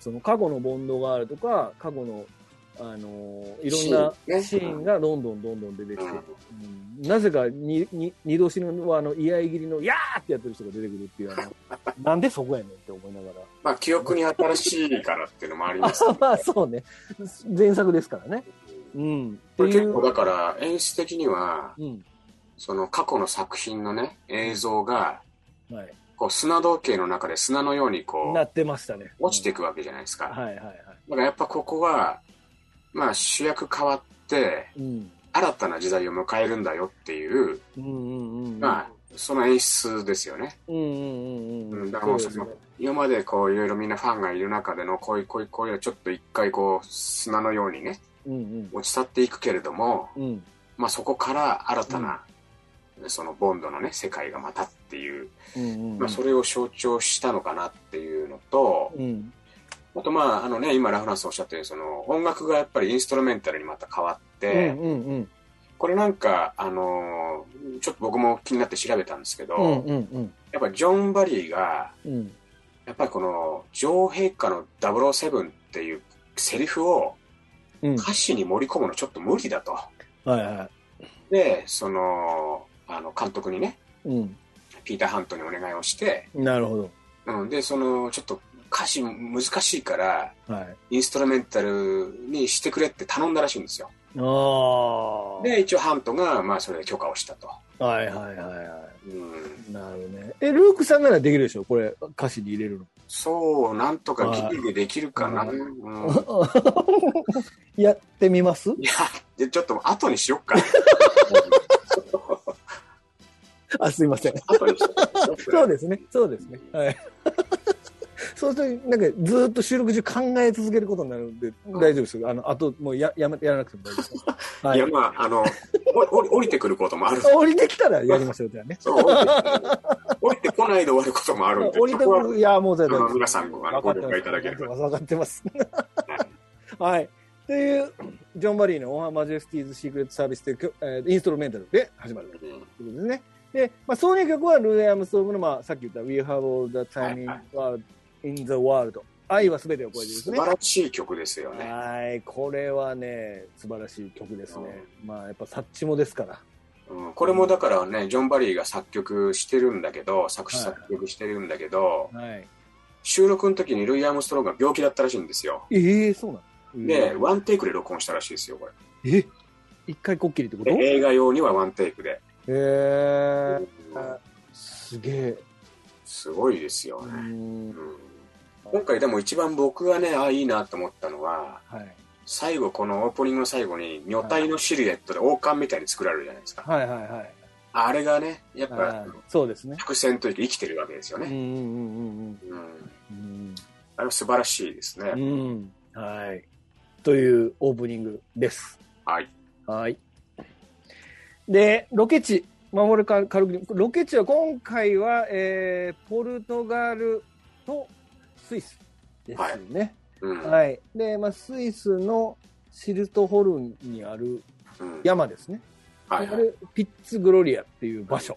Speaker 1: その過去のボンドがあるとか、過去の、あのーいろんなシ
Speaker 2: シーンね
Speaker 1: ーンがどんどんどんどん出てきて
Speaker 2: うん、
Speaker 1: うんなぜかにに二度死ぬはあの、居合切りの、やーってやってる人が出てくるっていう、あの、なんでそこやねんって思いながら。
Speaker 2: まあ、記憶に新しいから っていうのもありますけど。
Speaker 1: まあそうね。前作ですからね。うん。って
Speaker 2: これ
Speaker 1: い
Speaker 2: 結構
Speaker 1: う。
Speaker 2: だから演出的には、
Speaker 1: うん。
Speaker 2: その過去の作品のね、映像が、
Speaker 1: はい。
Speaker 2: こう砂時計の中で砂のようにこ
Speaker 1: な
Speaker 2: う、
Speaker 1: ってましたね。
Speaker 2: 落ちていくわけじゃないです
Speaker 1: うん
Speaker 2: か。
Speaker 1: はいはいは
Speaker 2: だからやっぱここは、まあ主役変わって、
Speaker 1: い。うん。
Speaker 2: 新たな時代を迎えるんだよっていう、
Speaker 1: うんうんうんうん。
Speaker 2: まあ、その演出ですよね。
Speaker 1: うんうんうんう
Speaker 2: うん
Speaker 1: ん。
Speaker 2: だからもう
Speaker 1: そう
Speaker 2: そ
Speaker 1: ですね
Speaker 2: の今までこういろいろみんなファンがいる中でのこういうこういうこういうちょっと一回こう砂のようにね
Speaker 1: うん
Speaker 2: 落ち去っていくけれども、
Speaker 1: うん。うん。
Speaker 2: まあ、そこから新たな、そのボンドのね世界がまたっていう、
Speaker 1: うんうんうん。
Speaker 2: まあ、それを象徴したのかなっていうのと、
Speaker 1: うん。
Speaker 2: あとまああのね今ラフランスおっしゃったようにその音楽がやっぱりインストルメンタルにまた変わっ
Speaker 1: う
Speaker 2: て、
Speaker 1: んうんうん。
Speaker 2: これなんかあのーちょっと僕も気になって調べたんですけど、
Speaker 1: うんうんうん。
Speaker 2: やっぱジョン・バリーが
Speaker 1: うん。
Speaker 2: やっぱりこの女王陛下の007っていうセリフを
Speaker 1: うん。
Speaker 2: 歌詞に盛り込むのちょっと無理だと。
Speaker 1: はいは
Speaker 2: で、その、あの、監督にね、
Speaker 1: い。うん。
Speaker 2: ピーター・ハントにお願いをして、
Speaker 1: なるほど。
Speaker 2: うん、で、その、ちょっと歌詞難しいから、
Speaker 1: はい。
Speaker 2: インストルメンタルにしてくれって頼んだらしいんですよ。
Speaker 1: ああ。
Speaker 2: で、一応ハントが、まあ、それで許可をしたと。
Speaker 1: はいはいはいは
Speaker 2: うん、
Speaker 1: い。なるほどね。え、ルークさんならできるでしょこれ、歌詞に入れるの。
Speaker 2: そう、なんとかギリでできるか
Speaker 1: は
Speaker 2: な。
Speaker 1: い
Speaker 2: うん、
Speaker 1: やってみます
Speaker 2: いや、でちょっと後にしよっか。
Speaker 1: あ、すいません。
Speaker 2: 後にしよっか
Speaker 1: そうですね。そうですね。はい。 そうすると、なんか、ずーっと収録中考え続けることになるんで、
Speaker 2: ん
Speaker 1: 大丈夫ですよ。あの、あと、もうや、やめ、やらなくても大丈夫です。はいい。
Speaker 2: や、まあ、あの、お降り降りてくることもある。
Speaker 1: 降りてきたらやりましょう、じゃあね。
Speaker 2: そう降りて降りてこないで終わることもあるんで、
Speaker 1: 降りて
Speaker 2: そこは
Speaker 1: くる、いや、もう大
Speaker 2: あ
Speaker 1: 丈夫
Speaker 2: の
Speaker 1: です。
Speaker 2: 皆さんご
Speaker 1: 分か
Speaker 2: ご
Speaker 1: って
Speaker 2: 了
Speaker 1: ま
Speaker 2: 解
Speaker 1: す
Speaker 2: いただければ。
Speaker 1: 分かってます。 はい。という、ジョン・バリーのオンハーマジェスティーズ・シークレット・サービスという曲、えーインストルメンタルで始まるということですね。で、まあ、挿入曲はルーエ・アームストロングの、まあ、さっき言った We Have All the Time in,
Speaker 2: はい
Speaker 1: World- in the World 愛はすべてを超えてです
Speaker 2: 素
Speaker 1: ね。
Speaker 2: 晴らしい曲ですよね。
Speaker 1: はい、これはね、素晴らしい曲ですね。まあ、やっぱ、サッチモですから。
Speaker 2: うんこれもだからね、ジョン・バリーが作曲してるんだけど、作詞
Speaker 1: はい
Speaker 2: 作曲してるんだけど、
Speaker 1: はい。
Speaker 2: 収録の時にルイ・アームストロングが病気だったらしいんですよ。
Speaker 1: ええそうなの
Speaker 2: で、ワンテイクで録音したらしいですよ、こ
Speaker 1: え一回こっきりってこと
Speaker 2: れ。で映画用にはワンテイクで。
Speaker 1: えー
Speaker 2: うん
Speaker 1: すげえ。
Speaker 2: すごいですよ
Speaker 1: う
Speaker 2: ね。
Speaker 1: ん
Speaker 2: うん今回でも一番僕がね、ああ、いいなと思ったのは、
Speaker 1: はい。
Speaker 2: 最後このオープニングの最後に女体のシルエットで王冠みたいに作られるじゃないですか、
Speaker 1: はいはいはい。
Speaker 2: あれがねやっ
Speaker 1: あ
Speaker 2: ぱ
Speaker 1: ーそうですね。
Speaker 2: 伏線というか生きてるわけですよ
Speaker 1: うんうんう
Speaker 2: ね、
Speaker 1: ん
Speaker 2: うん
Speaker 1: うん
Speaker 2: あれは素晴らしいですね、
Speaker 1: うん。うん。はい。というオープニングです。
Speaker 2: はい。
Speaker 1: はい。で、ロケ地、守るか軽く、ロケ地は今回は、えーポルトガルとスイスですね。
Speaker 2: うん。
Speaker 1: はい。で、まあ、スイスのシルトホルンにある
Speaker 2: うん
Speaker 1: 山ですね。
Speaker 2: はい
Speaker 1: こ
Speaker 2: はい。
Speaker 1: れ、ピッツグロリアっていう場所。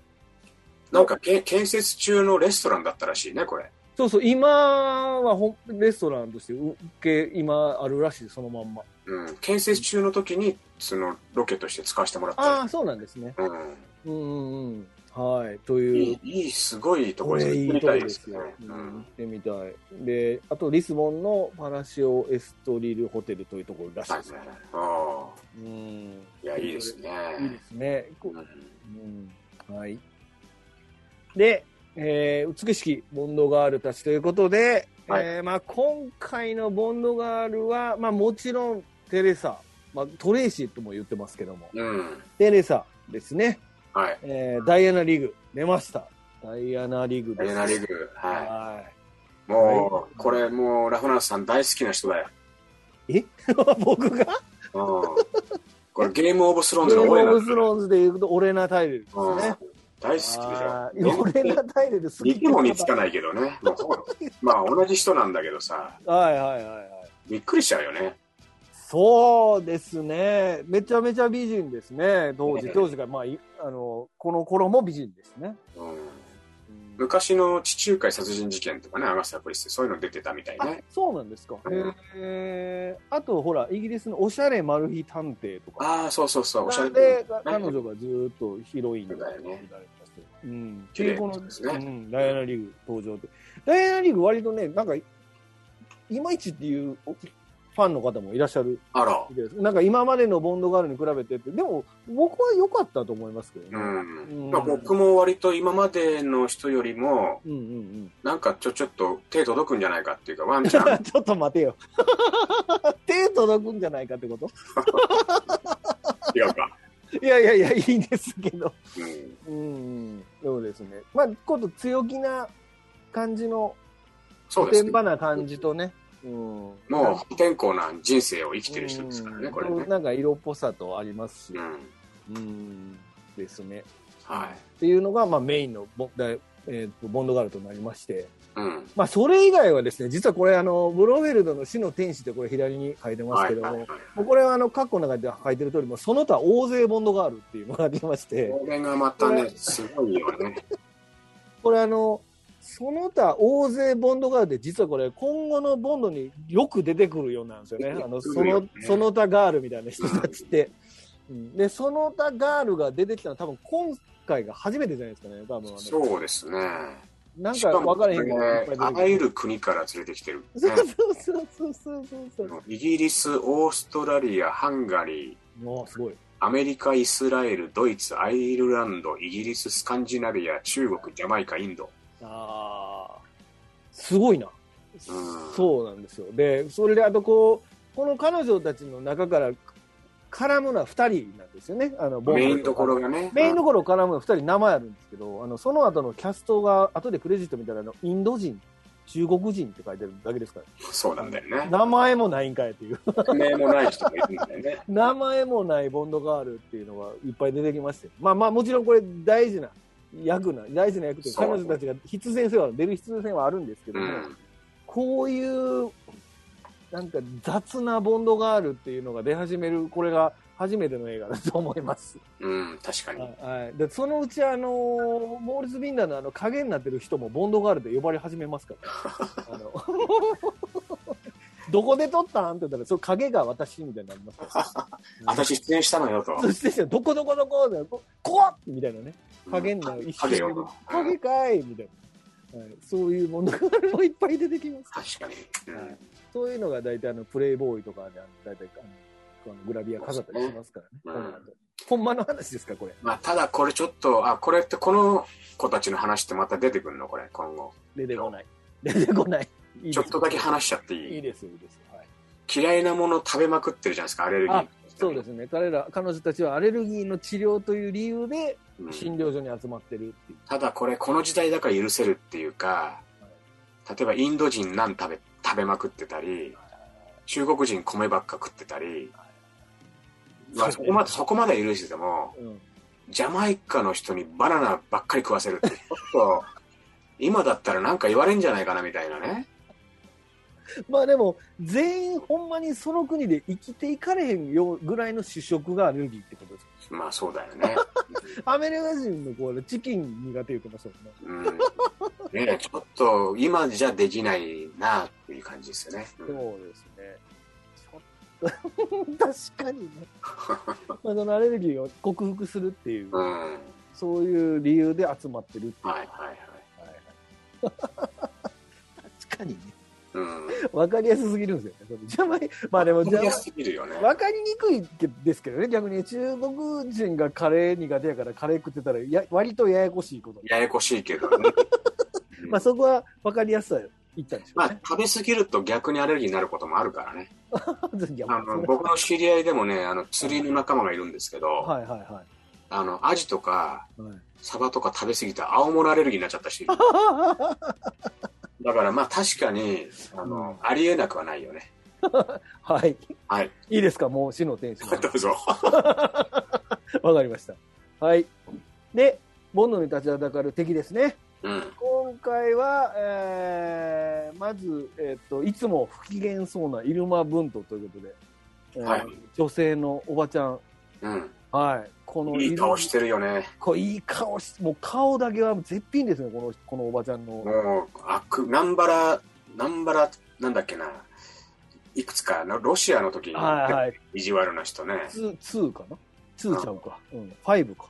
Speaker 2: なんかけ、建設中のレストランだったらしいね、これ。
Speaker 1: そうそう、今はほんレストランとして受け、今あるらしいです、そのまんま。
Speaker 2: うん。建設中の時に、その、ロケとして使わせてもらった。
Speaker 1: ああ、そうなんですね。
Speaker 2: うん。
Speaker 1: うんうんうん。はい、と
Speaker 2: い
Speaker 1: いう
Speaker 2: い、。いい、すごいとこ
Speaker 1: こ
Speaker 2: ろ
Speaker 1: れい
Speaker 2: 行
Speaker 1: い
Speaker 2: ってみ
Speaker 1: と
Speaker 2: た
Speaker 1: こ
Speaker 2: い
Speaker 1: で
Speaker 2: です
Speaker 1: す
Speaker 2: ね
Speaker 1: よ。。う
Speaker 2: うん
Speaker 1: 行っ
Speaker 2: ん。
Speaker 1: てみたい。で、あとリスボンのパラシオ・エストリルホテルというところらしい
Speaker 2: はい
Speaker 1: ですね。
Speaker 2: ああ。
Speaker 1: うん。
Speaker 2: いや、いいですね。
Speaker 1: いいですね。こ
Speaker 2: うん
Speaker 1: うん、はい。で、えー美しきボンドガールたちということで、
Speaker 2: はい
Speaker 1: えーまあ、今回のボンドガールは、まあ、もちろんテレサ、まあ、トレーシーとも言ってますけども、
Speaker 2: うん。
Speaker 1: テレサですね、
Speaker 2: はい。
Speaker 1: えーダイアナ・リグ、出ました。ダイアナ・リグ
Speaker 2: ダ
Speaker 1: です。
Speaker 2: イアナリグ。は。
Speaker 1: はい
Speaker 2: もう、これもう、ラフナースさん大好きな人だよ。
Speaker 1: い。え 僕が
Speaker 2: うん。これ、ゲームオブスローン
Speaker 1: ゲ
Speaker 2: ズ
Speaker 1: ー
Speaker 2: の覚え
Speaker 1: ム
Speaker 2: な
Speaker 1: オ
Speaker 2: ん
Speaker 1: ブスローンズで言うと、オレナ・タイルですね。
Speaker 2: うん
Speaker 1: あ
Speaker 2: 大好きでし
Speaker 1: ー
Speaker 2: ょ
Speaker 1: オ。レナ・タイルで好き
Speaker 2: 似ても似つか
Speaker 1: い。
Speaker 2: ないけどね。もうそうまあ同じ人なんだけどさ、
Speaker 1: はいはいはいはい。
Speaker 2: びっくりしちゃうよね。
Speaker 1: そうですね。めちゃめちゃ美人ですね。当時、
Speaker 2: ええ
Speaker 1: 当時が、まあ、いあの、この頃も美人ですね。
Speaker 2: うん、
Speaker 1: うん
Speaker 2: 昔の地中海殺人事件とかね、アガサ・クリスティそういうの出てたみたい
Speaker 1: あ
Speaker 2: ね。、
Speaker 1: そうなんですか。
Speaker 2: うん
Speaker 1: えー、あと、ほら、イギリスのおしゃれマル秘探偵とか。
Speaker 2: ああ、そうそうそう、おしゃれ
Speaker 1: で、
Speaker 2: な
Speaker 1: か彼女がずーっとヒロインになりましたようん。
Speaker 2: 綺麗
Speaker 1: この
Speaker 2: ですね
Speaker 1: うん、ダイアナリーグ登場って。ダイアナリーグ割とね、なんか、いまいちっていうおファンの方もいらっしゃる
Speaker 2: あら、
Speaker 1: みたいです。なんか今までのボンドガールに比べてって、でも僕は良かったと思いますけどね。
Speaker 2: うん
Speaker 1: うん
Speaker 2: まあ、僕も割と今までの人よりも、
Speaker 1: うんうん
Speaker 2: なんかちょちょっと手届くんじゃないかっていうか、ワンちゃ
Speaker 1: うんん、、ちょっと待てよ。 手届くんじゃないかってこと
Speaker 2: 違 うか。
Speaker 1: いやいやいや、いいですけど。
Speaker 2: うん
Speaker 1: うん、そうですね。まあ、今度強気な感じの、
Speaker 2: そ
Speaker 1: お
Speaker 2: うで
Speaker 1: て
Speaker 2: す
Speaker 1: ん
Speaker 2: ね。
Speaker 1: ば
Speaker 2: も
Speaker 1: な感じとね。うん、も
Speaker 2: う不健康な人生を生きてる人ですからね、これね。
Speaker 1: なんか色っぽさとありますし
Speaker 2: う、ん。
Speaker 1: うん、ですね。
Speaker 2: はい。
Speaker 1: っていうのが、まあ、メインのボ,だい、えーとボンドガールとなりまして。
Speaker 2: うん。
Speaker 1: まあ、それ以外はですね、実はこれ、あの、ブロフェルドの死の天使ってこれ左に書いてます
Speaker 2: は
Speaker 1: け
Speaker 2: い
Speaker 1: ども、
Speaker 2: はいはい。
Speaker 1: もうこれはあの、過去の中で書いてる通り、もうその他大勢ボンドがあるっていうのがありまして、
Speaker 2: これがまたね、すごいよね。
Speaker 1: これあの、その他大勢ボンドガールで実はこれ今後のボンドによく出てくるようなんですよね。あの、その、その他ガールみたいな人たちって。うんで、その他ガールが出てきたのは多分今回が初めてじゃないですかね、多分あの
Speaker 2: そうですね。
Speaker 1: なん
Speaker 2: し
Speaker 1: か
Speaker 2: かも
Speaker 1: 分からへんけど、いっぱい出てくる
Speaker 2: あらゆる国から連れてきてる、
Speaker 1: そう
Speaker 2: ね。
Speaker 1: そうそうそうそうそう。
Speaker 2: イギリス、オーストラリア、ハンガリー、
Speaker 1: もうすごい。
Speaker 2: アメリカ、イスラエル、ドイツ、アイルランド、イギリス、スカンジナビア、中国、ジャマイカ、インド。
Speaker 1: ああ、すごいな、
Speaker 2: ん
Speaker 1: そうなんですよ。で、それであとこう、この彼女たちの中から絡むのは2人なんですよね。あのボンド
Speaker 2: メインところがね。
Speaker 1: メインどころ絡むのは2人名前あるんですけど、あのその後のキャストが、後でクレジット見たらあの、インド人、中国人って書いてるだけですか
Speaker 2: うんそうなんだよ
Speaker 1: ら、
Speaker 2: ね。
Speaker 1: 名前もないんかいっていう、
Speaker 2: 名もない人もいるんだよね。
Speaker 1: 名前もないボンドガールっていうのがいっぱい出てきまして、まあまあ、もちろんこれ、大事な役な、大事な役というか、
Speaker 2: そう
Speaker 1: 彼女たちが必然性は、出る必然性はあるんですけど
Speaker 2: う
Speaker 1: も、
Speaker 2: ん。
Speaker 1: こういう、なんか雑なボンドガールっていうのが出始める、これが初めての映画だと思います。
Speaker 2: うん、確かに。
Speaker 1: はい。で、そのうち、あのーモーリス・ビンダーのあの影になってる人もボンドガールで呼ばれ始めますから。 あのどこで撮ったんって言ったら、その影が私みたいになります から。
Speaker 2: 私出演したのよと。
Speaker 1: そして、どこどこどこで、こ怖っみたいなね。影にな
Speaker 2: う
Speaker 1: る
Speaker 2: ん
Speaker 1: 一瞬
Speaker 2: 影
Speaker 1: で
Speaker 2: よと。う
Speaker 1: 影
Speaker 2: ん
Speaker 1: かいみたいな、はい。そういうボンドガールもいっぱい出てきます。
Speaker 2: 確かに。うん
Speaker 1: そういうのが大体あのプレイボーイとかであの大体あのグラビア飾ったりしますからね。
Speaker 2: う
Speaker 1: こん
Speaker 2: ん
Speaker 1: なんでほんまの話ですか、これ。
Speaker 2: まあ、ただこれちょっと、あ、これってこの子たちの話ってまた出てくるのこれ、今後。
Speaker 1: 出てこない。出てこない。いいです
Speaker 2: ちょっとだけ話しちゃっていい
Speaker 1: いいですよ、いいですよ。はい、
Speaker 2: 嫌いなもの食べまくってるじゃないですか、アレルギー
Speaker 1: あ。そうですね。彼ら、彼女たちはアレルギーの治療という理由で
Speaker 2: うん
Speaker 1: 診療所に集まってるっていう。
Speaker 2: ただこれ、この時代だから許せるっていうか、例えばインド人ナン食べ、食べまくってたり、中国人米ばっか食ってたり、まあ、そこまで、そこまで許してても、
Speaker 1: うん
Speaker 2: ジャマイカの人にバナナばっかり食わせるって、ちょっと、今だったらなんか言われんじゃないかなみたいなね。
Speaker 1: まあでも、全員ほんまにその国で生きていかれへんよぐらいの主食がアレルギーってことです。
Speaker 2: まあそうだよね。
Speaker 1: アメリカ人の子はチキン苦手言ってましたもんね。
Speaker 2: うん。ねちょっと、今じゃできないなっていう感じですよね。うん
Speaker 1: そうですね。ちょっと 確かに ね。まあそのアレルギーを克服するっていう、
Speaker 2: うん。はい
Speaker 1: そういう理由で集まってるっていう。
Speaker 2: はいはい。
Speaker 1: 確かにね。
Speaker 2: うん。
Speaker 1: わかりやすすぎるんですよねそれ。ジャマイまあでもジャマイ
Speaker 2: 分かりやすすぎるよね。
Speaker 1: わかりにくいけですけどね、逆に中国人がカレー苦手やからカレー食ってたらや割とややこしいこと。
Speaker 2: ややこしいけど ね。うん
Speaker 1: まあそこはわかりやすさいったんでしょ
Speaker 2: ま
Speaker 1: う
Speaker 2: あ
Speaker 1: ね。
Speaker 2: 食べ過ぎると逆にアレルギーになることもあるからね。
Speaker 1: いや
Speaker 2: あ
Speaker 1: そ
Speaker 2: の
Speaker 1: れ
Speaker 2: 僕の知り合いでもね、あの釣りの仲間がいるんですけど、
Speaker 1: はいはいは
Speaker 2: あのアジとか
Speaker 1: い はい。
Speaker 2: サバとか食べ過ぎて青物アレルギーになっちゃっ た人いるだからまあ確かにあの、ありえなくはないよね。
Speaker 1: はい。
Speaker 2: はい、
Speaker 1: いいですか、もう死の天使。
Speaker 2: どうぞ。
Speaker 1: わかりました。はい。で、ボンドに立ちはだかる敵ですね。
Speaker 2: うん、
Speaker 1: 今回は、えーまず、えっと、いつも不機嫌そうなイルマ文斗ということで、えー
Speaker 2: はい
Speaker 1: 女性のおばちゃん。
Speaker 2: うん、
Speaker 1: はい。この
Speaker 2: いい顔
Speaker 1: て
Speaker 2: してるよね。
Speaker 1: こういい顔し、もう顔だけは絶品ですね、この、このおばちゃんの。
Speaker 2: もうあく南原南原なんだっけな。いくつかのロシアの時に
Speaker 1: はいはい。
Speaker 2: 意地悪な人ね。
Speaker 1: ツー、ツーかなツーちゃうか。うん。ファイブか。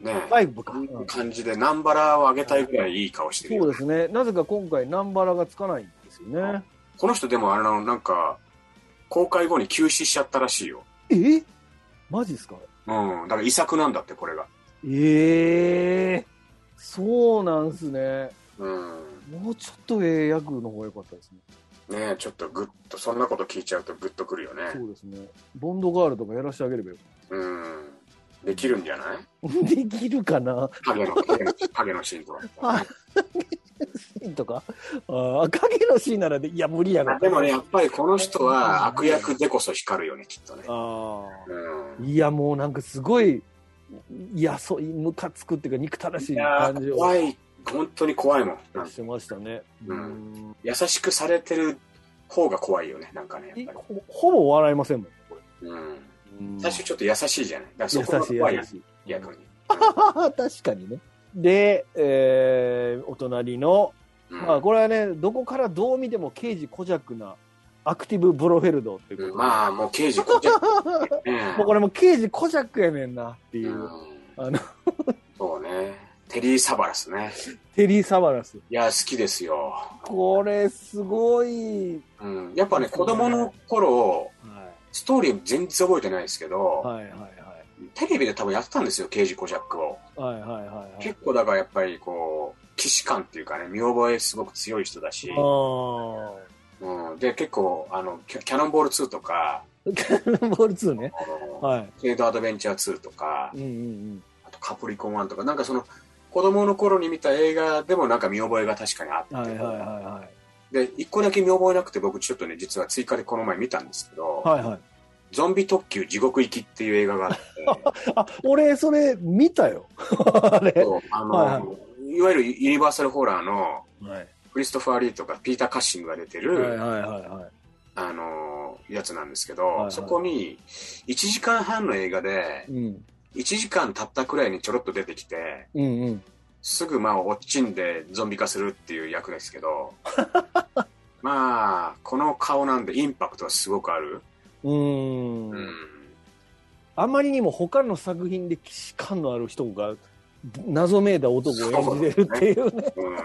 Speaker 2: ね
Speaker 1: ファイブか。
Speaker 2: こ
Speaker 1: う
Speaker 2: うんいう感じで南原をあげたいぐらいいい顔してるよ
Speaker 1: そうですね。なぜか今回、ナンバラがつかないんですよね。
Speaker 2: この人でもあのなんか公開後に休止しちゃったらしいよ。
Speaker 1: えマジですか
Speaker 2: うん、だから遺作なんだってこれが。
Speaker 1: ええそうなんすね。
Speaker 2: うん、
Speaker 1: もうちょっとええ役の方が良かったですね。
Speaker 2: ねえちょっとグッとそんなこと聞いちゃうとグッとくるよね。
Speaker 1: そうですね。ボンドガールとかやらせてあげればよか
Speaker 2: うん、できるんじゃない？
Speaker 1: った。 できるかな
Speaker 2: 影の影の影のシーンとか。
Speaker 1: あシーンとか。ああ、影のシーンならで、いや、無理や
Speaker 2: まあ
Speaker 1: な。
Speaker 2: でもねやっぱりこの人は悪役でこそ光るよねきっとね。
Speaker 1: ああ。
Speaker 2: うん。
Speaker 1: いや、もうなんかすごい、いや、そう、ムカつくっていうか、憎たらし
Speaker 2: い
Speaker 1: い
Speaker 2: や
Speaker 1: 感じ
Speaker 2: ー
Speaker 1: を
Speaker 2: 怖い本当に怖いもん。なんか
Speaker 1: してましたね。
Speaker 2: う
Speaker 1: うん
Speaker 2: 優しくされてる方が怖いよねなんかねやっぱり。
Speaker 1: ほほぼ笑いませんもん、これ。
Speaker 2: うん。
Speaker 1: うん
Speaker 2: 最初ちょっと優しいじゃない。だからそこ
Speaker 1: 優
Speaker 2: が
Speaker 1: しい、
Speaker 2: 怖いよ
Speaker 1: 優しい。
Speaker 2: 逆に。
Speaker 1: 確かにね。で、えーお隣の、
Speaker 2: うん
Speaker 1: まあ、これはね、どこからどう見ても刑事小弱なアクティブ・ブロフェルドっていうこと
Speaker 2: う
Speaker 1: で
Speaker 2: んまあもう刑事こっちゃ
Speaker 1: もうこれもう刑事小弱やねんなっていう、あの
Speaker 2: そうねテリー・サバラスね
Speaker 1: テリー・サバラス。
Speaker 2: いや好きですよ、
Speaker 1: これ、すごい。
Speaker 2: うん、やっぱね子供の頃
Speaker 1: は
Speaker 2: ストーリー全然覚えてないですけど、
Speaker 1: い、はい、はいはい。
Speaker 2: テレビで多分やってたんですよ刑事コジャックを
Speaker 1: はいはいはい、はい。
Speaker 2: 結構だからやっぱりこう既視感っていうかね見覚えすごく強い人だし、
Speaker 1: 構。
Speaker 2: うん、で結構あのキャキャノンボール2とか
Speaker 1: キャノンボール2ね。
Speaker 2: あの
Speaker 1: は
Speaker 2: スケートアドベンチャー2とか
Speaker 1: い。うんうん
Speaker 2: あとカプリコン1とかなんかその子供の頃に見た映画でもなんか見覚えが確かにあって、
Speaker 1: うん。はいはいはいは
Speaker 2: で、一個だけ見覚えなくて、僕ちょっとね、実は追加でこの前見たんですけど、
Speaker 1: い。はいはい。
Speaker 2: ゾンビ特急地獄行きっていう映画があ
Speaker 1: あ、
Speaker 2: っ
Speaker 1: 俺、それ見たよ。 あ
Speaker 2: て、
Speaker 1: れ。
Speaker 2: そうあの、
Speaker 1: はい
Speaker 2: い、わゆるユニバーサルホラーの
Speaker 1: はい
Speaker 2: クリストファー・リーとかピーター・カッシングが出てる、
Speaker 1: はいはいは
Speaker 2: あの、やつなんですけど、
Speaker 1: いはい
Speaker 2: そこに1時間半の映画で
Speaker 1: い。、うん。
Speaker 2: 1時間経ったくらいにちょろっと出てきて、
Speaker 1: うんうん。
Speaker 2: すぐまあ、落ちんでゾンビ化するっていう役ですけど、 まあ、この顔なんでインパクトはすごくある。
Speaker 1: うーん
Speaker 2: うん
Speaker 1: あまりにも他の作品で既視感のある人が謎めいた男を演じてるっていうね、
Speaker 2: うん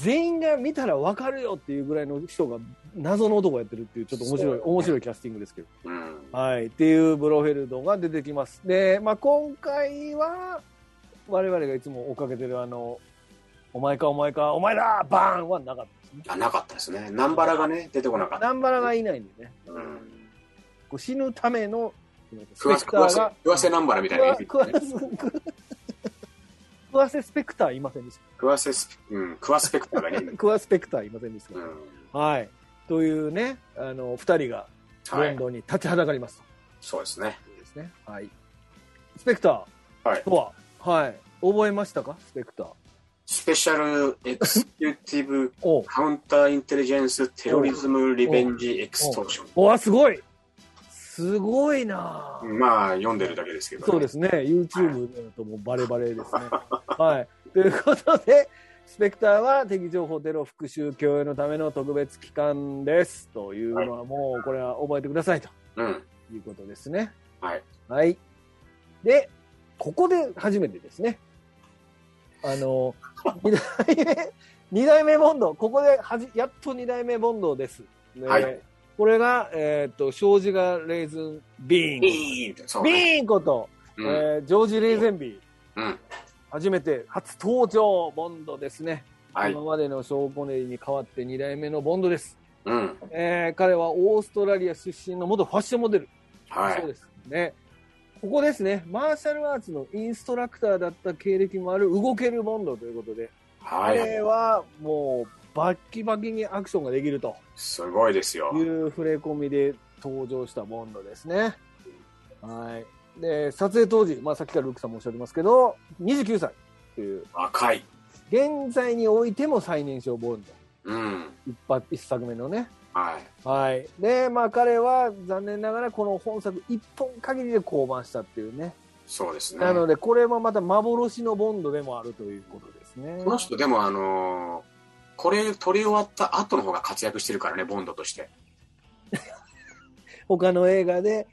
Speaker 1: 全員が見たらわかるよっていうぐらいの人が謎の男をやってるっていう、ちょっと面白い、
Speaker 2: そう
Speaker 1: 面白いキャスティングですけど。
Speaker 2: うん
Speaker 1: はい、っていうブロフェルドが出てきます。で、まあ、今回は、我々がいつも追っかけてるあの、お前かお前か、お前だバーンはなかったですね。
Speaker 2: あなかったですね。南原がね、出てこなかった。
Speaker 1: 南原がいないんでね、
Speaker 2: うん、
Speaker 1: こう死ぬための、ス
Speaker 2: 食
Speaker 1: ペク
Speaker 2: わ
Speaker 1: タ
Speaker 2: せ、食わ
Speaker 1: ー
Speaker 2: せ
Speaker 1: が、、
Speaker 2: 食わせ南原みたいな意味
Speaker 1: 食わ
Speaker 2: ね、
Speaker 1: 食わ食わせスペクターいませんでした。
Speaker 2: 食わせスペ、うん、食わせペクターがね、
Speaker 1: クワスペクターいませんでした
Speaker 2: う。ん、
Speaker 1: はい。というね、あの、二人が
Speaker 2: は
Speaker 1: ロン
Speaker 2: い。
Speaker 1: ドンに立ちはだかりますと。
Speaker 2: そうですね。
Speaker 1: ですね。はい。スペクタ
Speaker 2: はい
Speaker 1: ー。とは、はい。覚えましたかスペクター。
Speaker 2: スペシャルエクスキューティブ
Speaker 1: お
Speaker 2: カウンターインテリジェンステロリズムリベンジエクストーション。
Speaker 1: おわ、すごいすごいなぁ
Speaker 2: まあ、読んでるだけですけど、
Speaker 1: そうですね。YouTube だともうバレバレで すね。はい。ということで、スペクターは敵情報テロ復讐共有のための特別機関です。というのはもう、これは覚えてくださいと
Speaker 2: うん。
Speaker 1: いうことですね。
Speaker 2: はい。
Speaker 1: はい。で、ここで初めてですね。あ の、二代目、二代目ボンド、ここではじ、やっと二代目ボンドです。ね
Speaker 2: はい
Speaker 1: これが、えーっと、障子がレーズン、ビーン。
Speaker 2: ビーンってそうね。
Speaker 1: ビーンこと、
Speaker 2: うん。
Speaker 1: えージョージ・レーゼンビー。
Speaker 2: うん。
Speaker 1: 初めて、初登場、ボンドですね。
Speaker 2: はい
Speaker 1: 今。までのショーン・コネリーに代わって二代目のボンドです。
Speaker 2: うん。
Speaker 1: えー彼はオーストラリア出身の元ファッションモデル。
Speaker 2: は
Speaker 1: そう
Speaker 2: い。
Speaker 1: ですね。ここですね、マーシャルアーツのインストラクターだった経歴もある動けるボンドということで、
Speaker 2: はい。
Speaker 1: 彼はもうバッキバキにアクションができると
Speaker 2: すごいですよ
Speaker 1: い。う触れ込みで登場したボンドですね。はい。で、撮影当時、まあさっきからルークさんもおっしゃってますけど、29歳という、
Speaker 2: 若い。
Speaker 1: 現在においても最年少ボンド。
Speaker 2: うん。
Speaker 1: 一発、一作目のね。
Speaker 2: はい。
Speaker 1: はい。で、まあ彼は残念ながらこの本作一本限りで降板したっていうね。
Speaker 2: そうですね。
Speaker 1: なので、これもまた幻のボンドでもあるということですね。
Speaker 2: この人、でも、あのーこれ撮り終わった後の方が活躍してるからね、ボンドとして。
Speaker 1: 他の映画で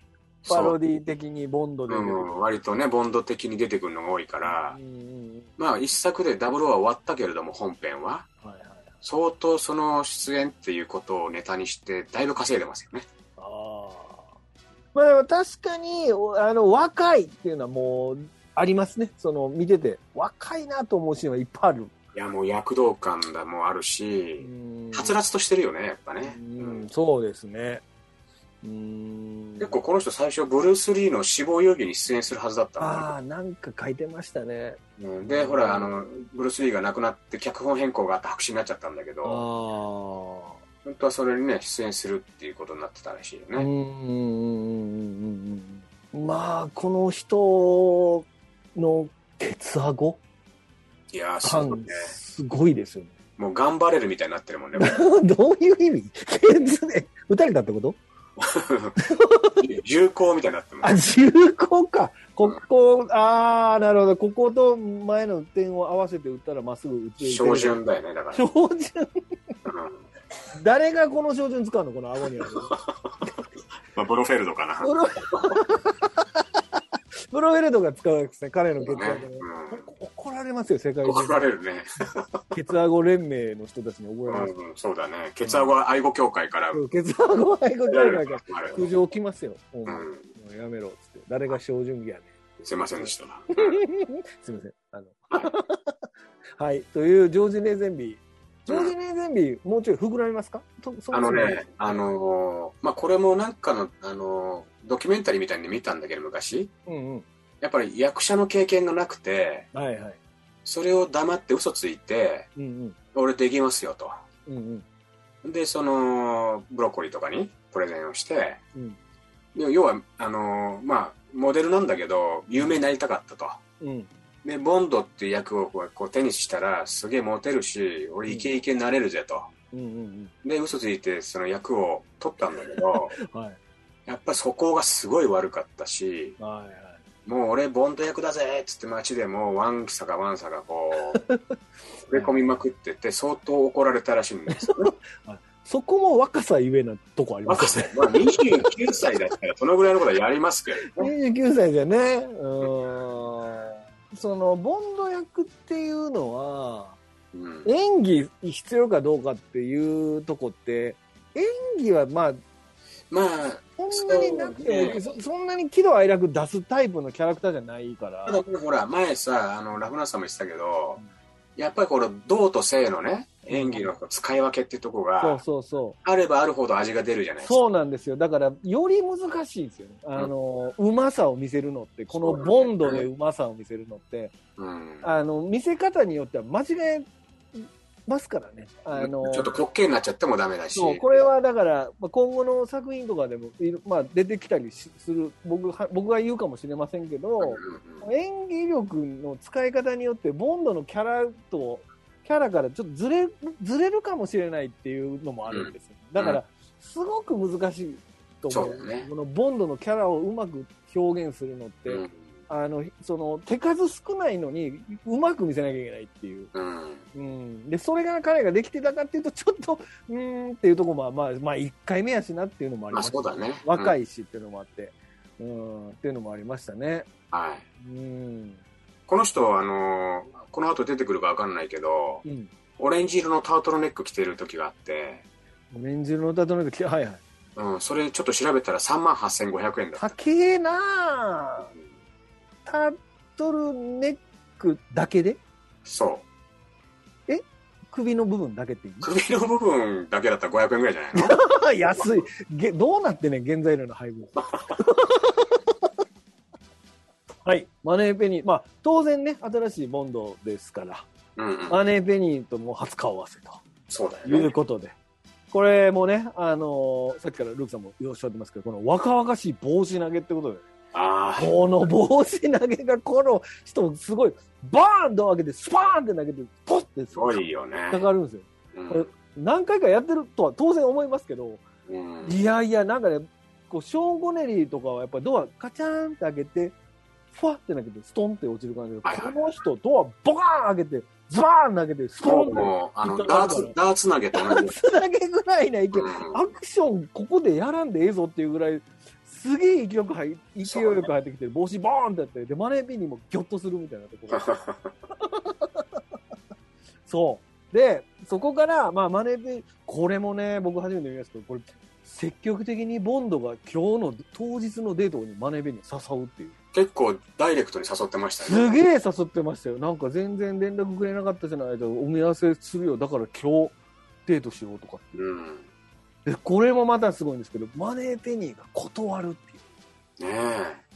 Speaker 1: パ
Speaker 2: そ
Speaker 1: ロ
Speaker 2: う。
Speaker 1: ディ的にボンドで
Speaker 2: う
Speaker 1: 出てくる。
Speaker 2: ん、割とね、ボンド的に出てくるのが多いから
Speaker 1: う、んうんうん
Speaker 2: まあ一作でダブルは終わったけれども、本編は。
Speaker 1: はいはい
Speaker 2: 相当その出演っていうことをネタにして、だいぶ稼いでますよね。
Speaker 1: あーまあでも確かに、おあの、若いっていうのはもう、ありますね。その、見てて、若いなと思うシーンはいっぱいある。
Speaker 2: いや、もう躍動感だもある
Speaker 1: う
Speaker 2: し、
Speaker 1: ん
Speaker 2: はつらつとしてるよね、やっぱね。
Speaker 1: うん、そうですね。うん。
Speaker 2: 結構この人最初、ブルース・リーの死亡遊戯に出演するはずだったんだけど
Speaker 1: ああ、なんか書いてましたね。
Speaker 2: うんで、ほら、あの、ブルース・リーが亡くなって脚本変更があって白紙になっちゃったんだけ
Speaker 1: あ
Speaker 2: ど、
Speaker 1: あ。
Speaker 2: 本当はそれにね、出演するっていうことになってたらしいよ
Speaker 1: う
Speaker 2: ね。
Speaker 1: んうんうんうんうんうんまあこの人のケツアゴ
Speaker 2: いやー、すごい
Speaker 1: 感
Speaker 2: ね。
Speaker 1: すごいですよね。
Speaker 2: もう頑張れるみたいになってるも んね。も
Speaker 1: どういう意味ケツで撃たれたってこと
Speaker 2: う重厚みたいになってるもん
Speaker 1: あ、重厚か。ここ、ああ、なるほど。ここと前の点を合わせて撃ったらまっすぐ撃てる。
Speaker 2: 照準だよね、だ から。
Speaker 1: 照準。
Speaker 2: うん
Speaker 1: 誰がこの照準使うのこの顎にある。
Speaker 2: まあ、ブロフェルドかな。
Speaker 1: ブロ ブロフェルドが使うわけですね。彼のケツア
Speaker 2: ね
Speaker 1: ゴね。
Speaker 2: う
Speaker 1: これ怒られますよ、世界
Speaker 2: ん、
Speaker 1: 中。
Speaker 2: 怒られるね、
Speaker 1: ケツアゴ連盟の人たちに怒られます。
Speaker 2: うん、そうだね、ケツアゴは愛護協会から
Speaker 1: うん、ケツアゴ愛護協
Speaker 2: 怒られ
Speaker 1: 会
Speaker 2: る
Speaker 1: が
Speaker 2: あれ
Speaker 1: 苦情来ますよ。うん
Speaker 2: う
Speaker 1: も
Speaker 2: ん、
Speaker 1: うやめろっつって。誰が小準備やねん。
Speaker 2: すいませんでした。
Speaker 1: すいません。あの。はい。という、ジョージ・レーゼンビー。ジョージ・レーゼンビー、もうちょい膨らみますかとそ
Speaker 2: あ
Speaker 1: も
Speaker 2: の
Speaker 1: そも
Speaker 2: ね、あのーまあ、これもなんかの、あのードキュメンタリーみたいに見たんだけど、昔。
Speaker 1: うんうん。
Speaker 2: やっぱり役者の経験がなくて、
Speaker 1: はいはい。
Speaker 2: それを黙って嘘ついて、
Speaker 1: うんうん。
Speaker 2: 俺できますよと。
Speaker 1: うんうん。
Speaker 2: で、その、ブロッコリーとかにプレゼンをして、
Speaker 1: うん
Speaker 2: で要は、あのーまあ、モデルなんだけど、有名になりたかったと。
Speaker 1: うん。
Speaker 2: で、ボンドっていう役をこうこう手にしたら、すげえモテるし、俺イケイケになれるぜと。
Speaker 1: うんうん
Speaker 2: で、嘘ついて、その役を取ったんだけど、
Speaker 1: うん。はい。
Speaker 2: やっぱそこがすごい悪かったし、
Speaker 1: はいはい。
Speaker 2: もう俺ボンド役だぜっつって街でもうワンサかワンサか こう、触れ込みまくってて、相当怒られたらしいんですよね。
Speaker 1: そこも若さゆえなとこありま
Speaker 2: 若
Speaker 1: す
Speaker 2: さ
Speaker 1: ね。、
Speaker 2: まあ29歳だったらそのぐらいのことはやりますけどね。
Speaker 1: 29歳じゃね。うーん。その、ボンド役っていうのは、
Speaker 2: うん、
Speaker 1: 演技必要かどうかっていうとこって演技はまあ
Speaker 2: まあ、
Speaker 1: そんなになくてもいい
Speaker 2: そ
Speaker 1: そそんなに喜怒哀楽出すタイプのキャラクターじゃないか
Speaker 2: ただ
Speaker 1: ら
Speaker 2: これほら、前さ、あの、ラフナーさんも言ってたけど
Speaker 1: うん、
Speaker 2: やっぱりこの動と性のね、演技の使い分けってとこ
Speaker 1: そう
Speaker 2: が、
Speaker 1: そうそ
Speaker 2: あればあるほど味が出るじゃないうですか。
Speaker 1: そうなんですよだからより難しいですよねあの、うまさを見せるのってこのボンドでうまさを見せるのって
Speaker 2: うん。
Speaker 1: あの見せ方によっては間違えますからね。あの
Speaker 2: ちょっと滑稽になっちゃってもダメだし。
Speaker 1: そうこれはだから、まあ、今後の作品とかでもいろ、まあ、出てきたりしする僕は僕が言うかもしれませんけど、
Speaker 2: うんうん
Speaker 1: 演技力の使い方によってボンドのキャラとキャラからちょっとずれずれるかもしれないっていうのもあるんですよ、だか
Speaker 2: う
Speaker 1: らすごく難しいと思う
Speaker 2: そうだね
Speaker 1: このボンドのキャラをうまく表現するのって、
Speaker 2: うん
Speaker 1: あのその手数少ないのにうまく見せなきゃいけないっていう、
Speaker 2: うん
Speaker 1: うん、でそれが彼ができてたかっていうとちょっとうーんっていうところもまあ、まあ、1回目やしなっていうのもあり
Speaker 2: まあ
Speaker 1: まし
Speaker 2: そ
Speaker 1: た
Speaker 2: うだね。
Speaker 1: 若
Speaker 2: い。
Speaker 1: いしっていうのもあって、うん、っていうのもありましたね。
Speaker 2: はい。
Speaker 1: うん
Speaker 2: この人、あのーこの後出てくるかわかんないけど、
Speaker 1: うん
Speaker 2: オレンジ色のタートルネック着てる時があって、
Speaker 1: オレンジ色の歌となんかき、はいはい。
Speaker 2: うん、それちょっと調べたら3万8500円だった。
Speaker 1: 高えなあタートルネックだけで
Speaker 2: そ
Speaker 1: 首の部分だけっていう
Speaker 2: う。首の部分だけだったら500円ぐらいじゃないの
Speaker 1: の安い。げどうなってんねん、原材料の配分。 はい。マネーペニー。まあ、当然ね、新しいボンドですから、
Speaker 2: うん、うん。
Speaker 1: マネーペニーとも初顔合わせと
Speaker 2: そうだよ
Speaker 1: いう
Speaker 2: ね。
Speaker 1: ことで。これもね、あのーさっきからルークさんもおっしゃってますけど、この若々しい帽子投げってことで、
Speaker 2: ああ、
Speaker 1: この帽子投げがこの人すごいバーンと開けてスパーンって投げてポッて引
Speaker 2: すごいよね。
Speaker 1: っかかるんですよ
Speaker 2: うん
Speaker 1: これ何回かやってるとは当然思いますけど
Speaker 2: うん
Speaker 1: いやいやなんかねこうショーン・ゴネリーとかはやっぱりドアカチャーンって開けてファって投げてストンって落ちる感じでこ
Speaker 2: はいはい
Speaker 1: の人ドアボカーン開けてズバーン投げてスポンって
Speaker 2: もう、あの、
Speaker 1: 引っかか
Speaker 2: ダー
Speaker 1: るから
Speaker 2: ツ、ダーツ投げと同じ。
Speaker 1: つなげぐらいな勢い
Speaker 2: うん
Speaker 1: アクションここでやらんでええぞっていうぐらいすげえ勢いよく入勢いよく入ってきて帽子ボーンってやってでマネーピンにもギョッとするみたいなところそうでそこから、まあ、マネーピンこれもね僕初めて見ましたけどこれ積極的にボンドが今日の当日のデートにマネーピンに誘うっていう
Speaker 2: 結構ダイレクトに誘ってました
Speaker 1: す
Speaker 2: ね。
Speaker 1: げえ誘ってましたよなんか全然連絡くれなかったじゃないとお見合わせするよだから今日デートしようとか
Speaker 2: うん。
Speaker 1: でこれもまたすごいんですけどマネーペニーが断るっていう
Speaker 2: ね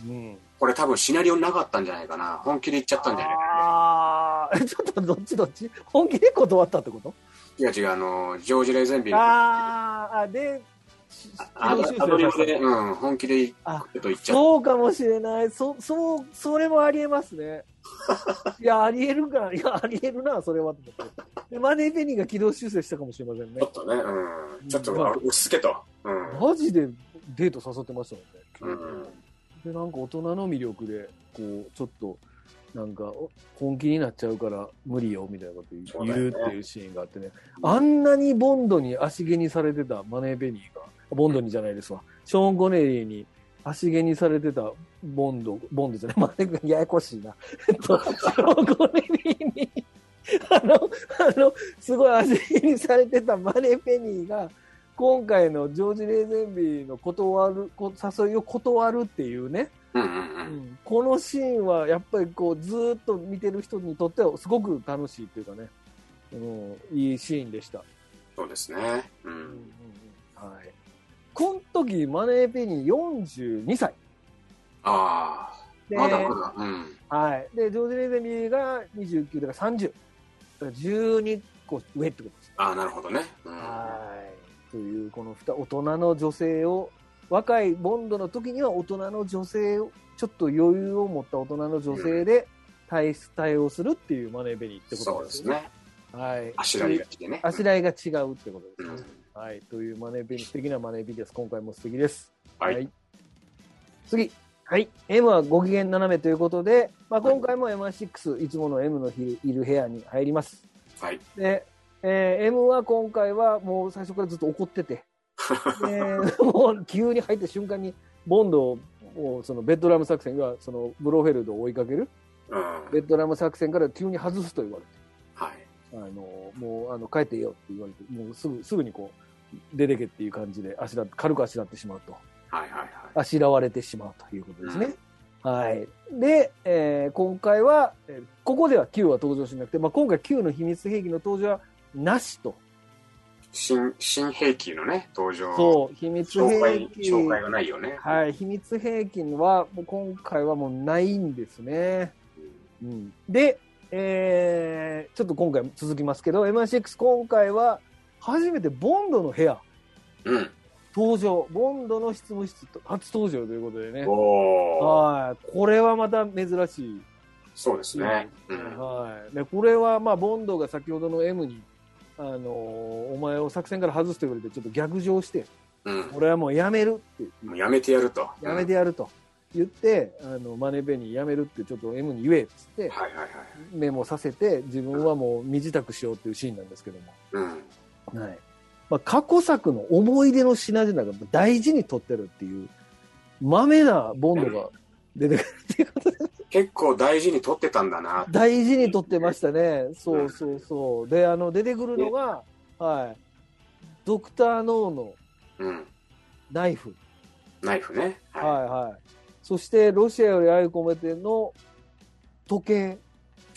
Speaker 2: え。
Speaker 1: うん、
Speaker 2: これ多分シナリオなかったんじゃないかな。本気で言っちゃったんじゃないかな。
Speaker 1: ああ、ちょっとどっちどっち本気で断ったってこと
Speaker 2: いや違う、あの、ジョージ・レイゼンビル。
Speaker 1: あーあ、で、し
Speaker 2: あ
Speaker 1: 軌
Speaker 2: ア
Speaker 1: 道
Speaker 2: ドリ
Speaker 1: 修
Speaker 2: ブ
Speaker 1: 正
Speaker 2: で、うん、本気で言
Speaker 1: あ
Speaker 2: と言っちゃっ
Speaker 1: そうかもしれない。そ、そう、それもありえます ね。いや、ありえるか。いや、ありえるな、それはと思って。でマネーペニーが軌道修正したかもしれませんね
Speaker 2: た。ちょ。っとね、うん、ちょっと、あ落ち着けと。うん。
Speaker 1: マジでデート誘ってましたも
Speaker 2: うん
Speaker 1: ね。
Speaker 2: ん、
Speaker 1: で、なんか大人の魅力で、こう、ちょっと、なんか、お本気になっちゃうから無理よ、みたいなこと言う言うっていうシーンがあってね。あんなにボンドに足毛にされてたマネーベニーが、ボンドにじゃないですわ。ショーン・ゴネリーに足毛にされてたボンド、ボンドじゃない、 マネーベニー、ややこしいな。えっと、ショーン・ゴネリーに、あの、あの、すごい足毛にされてたマネーベニーが、今回のジョージ・レーゼンビーの断る、こ誘いを断るっていうね、
Speaker 2: うん、うん、うん。
Speaker 1: このシーンはやっぱりこうずーっと見てる人にとってはすごく楽しいっていうかね、うん、いいシーンでした、
Speaker 2: そうですね。う
Speaker 1: うん
Speaker 2: ん。
Speaker 1: はい、この時マネーペニー42歳
Speaker 2: ああ、
Speaker 1: で,、
Speaker 2: まだまだ、うん。
Speaker 1: はい、でジョージ・レゼミーが29だから30だから12個上ってことです、
Speaker 2: ああ、なるほどね。うん。
Speaker 1: はいというこの二大人の女性を若いボンドの時には大人の女性をちょっと余裕を持った大人の女性で対し対応するっていうマネーベリーってこと
Speaker 2: そう
Speaker 1: なん
Speaker 2: で
Speaker 1: です
Speaker 2: す
Speaker 1: よね。
Speaker 2: ね。
Speaker 1: はい、
Speaker 2: あしらいがちでね。
Speaker 1: あしらいが違うってことです
Speaker 2: う
Speaker 1: ね、
Speaker 2: ん。
Speaker 1: はい、というマネーベリー素敵なマネーベリーです今回も素敵です。
Speaker 2: はい。
Speaker 1: 次。はい。M はご機嫌斜めということで、まあ、今回も M6、いつもの M のいる部屋に入ります。
Speaker 2: はい。
Speaker 1: で、えー M は今回はもう最初からずっと怒ってて、で もう急に入った瞬間に、ボンドを、そのベッドラム作戦が、そのブロフェルドを追いかける、
Speaker 2: うん。
Speaker 1: ベッドラム作戦から急に外すと言われて、
Speaker 2: はい。
Speaker 1: あのもうあの帰っていいよって言われて、もうすぐすぐにこう、出てけっていう感じであしら、軽くあしらってしまうと、
Speaker 2: はい、はい、はい。
Speaker 1: あしらわれてしまうということですね。はい。で、えー今回は、えーここでは Q は登場しなくて、まあ、今回 Q の秘密兵器の登場はなしと。
Speaker 2: 新、新兵器のね、登場。
Speaker 1: そう、秘密
Speaker 2: 紹
Speaker 1: 兵
Speaker 2: 介、
Speaker 1: 器。
Speaker 2: 紹介がないよね。
Speaker 1: はい、秘密兵器は、もう今回はもうないんですね。
Speaker 2: うん
Speaker 1: うん、で、えーちょっと今回も続きますけど、MI6 今回は初めてボンドの部屋
Speaker 2: うん。
Speaker 1: 登場、ボンドの執務室と初登場ということでね。
Speaker 2: おー。
Speaker 1: はい。これはまた珍しい。
Speaker 2: そうですね。うん。
Speaker 1: はい。で、これはまあ、ボンドが先ほどの M に、あのーお前を作戦から外すと言われて、ちょっと逆上して、
Speaker 2: うん。
Speaker 1: 俺はもうやめるって、
Speaker 2: もうやめてやると。
Speaker 1: やめてやると言って、あの、マネベにやめるってちょっと M に言えっつっ
Speaker 2: う
Speaker 1: て
Speaker 2: ん。、はいはいはい。
Speaker 1: メモさせて、自分はもう身支度しようっていうシーンなんですけども。
Speaker 2: うん。
Speaker 1: はい。まあ、過去作の思い出の品々が大事に取ってるっていう、まめなボンドが出 てくるっていうことで、
Speaker 2: 結構大事に取ってたんだな。
Speaker 1: 大事に取ってましたね。そうそうそう。で、あの、出てくるのが、はい。ドクター・ノーの
Speaker 2: うん。
Speaker 1: ナイフ。
Speaker 2: ナイフね。
Speaker 1: はい
Speaker 2: は
Speaker 1: はい。そして、ロシアより愛を込めての時計。
Speaker 2: い。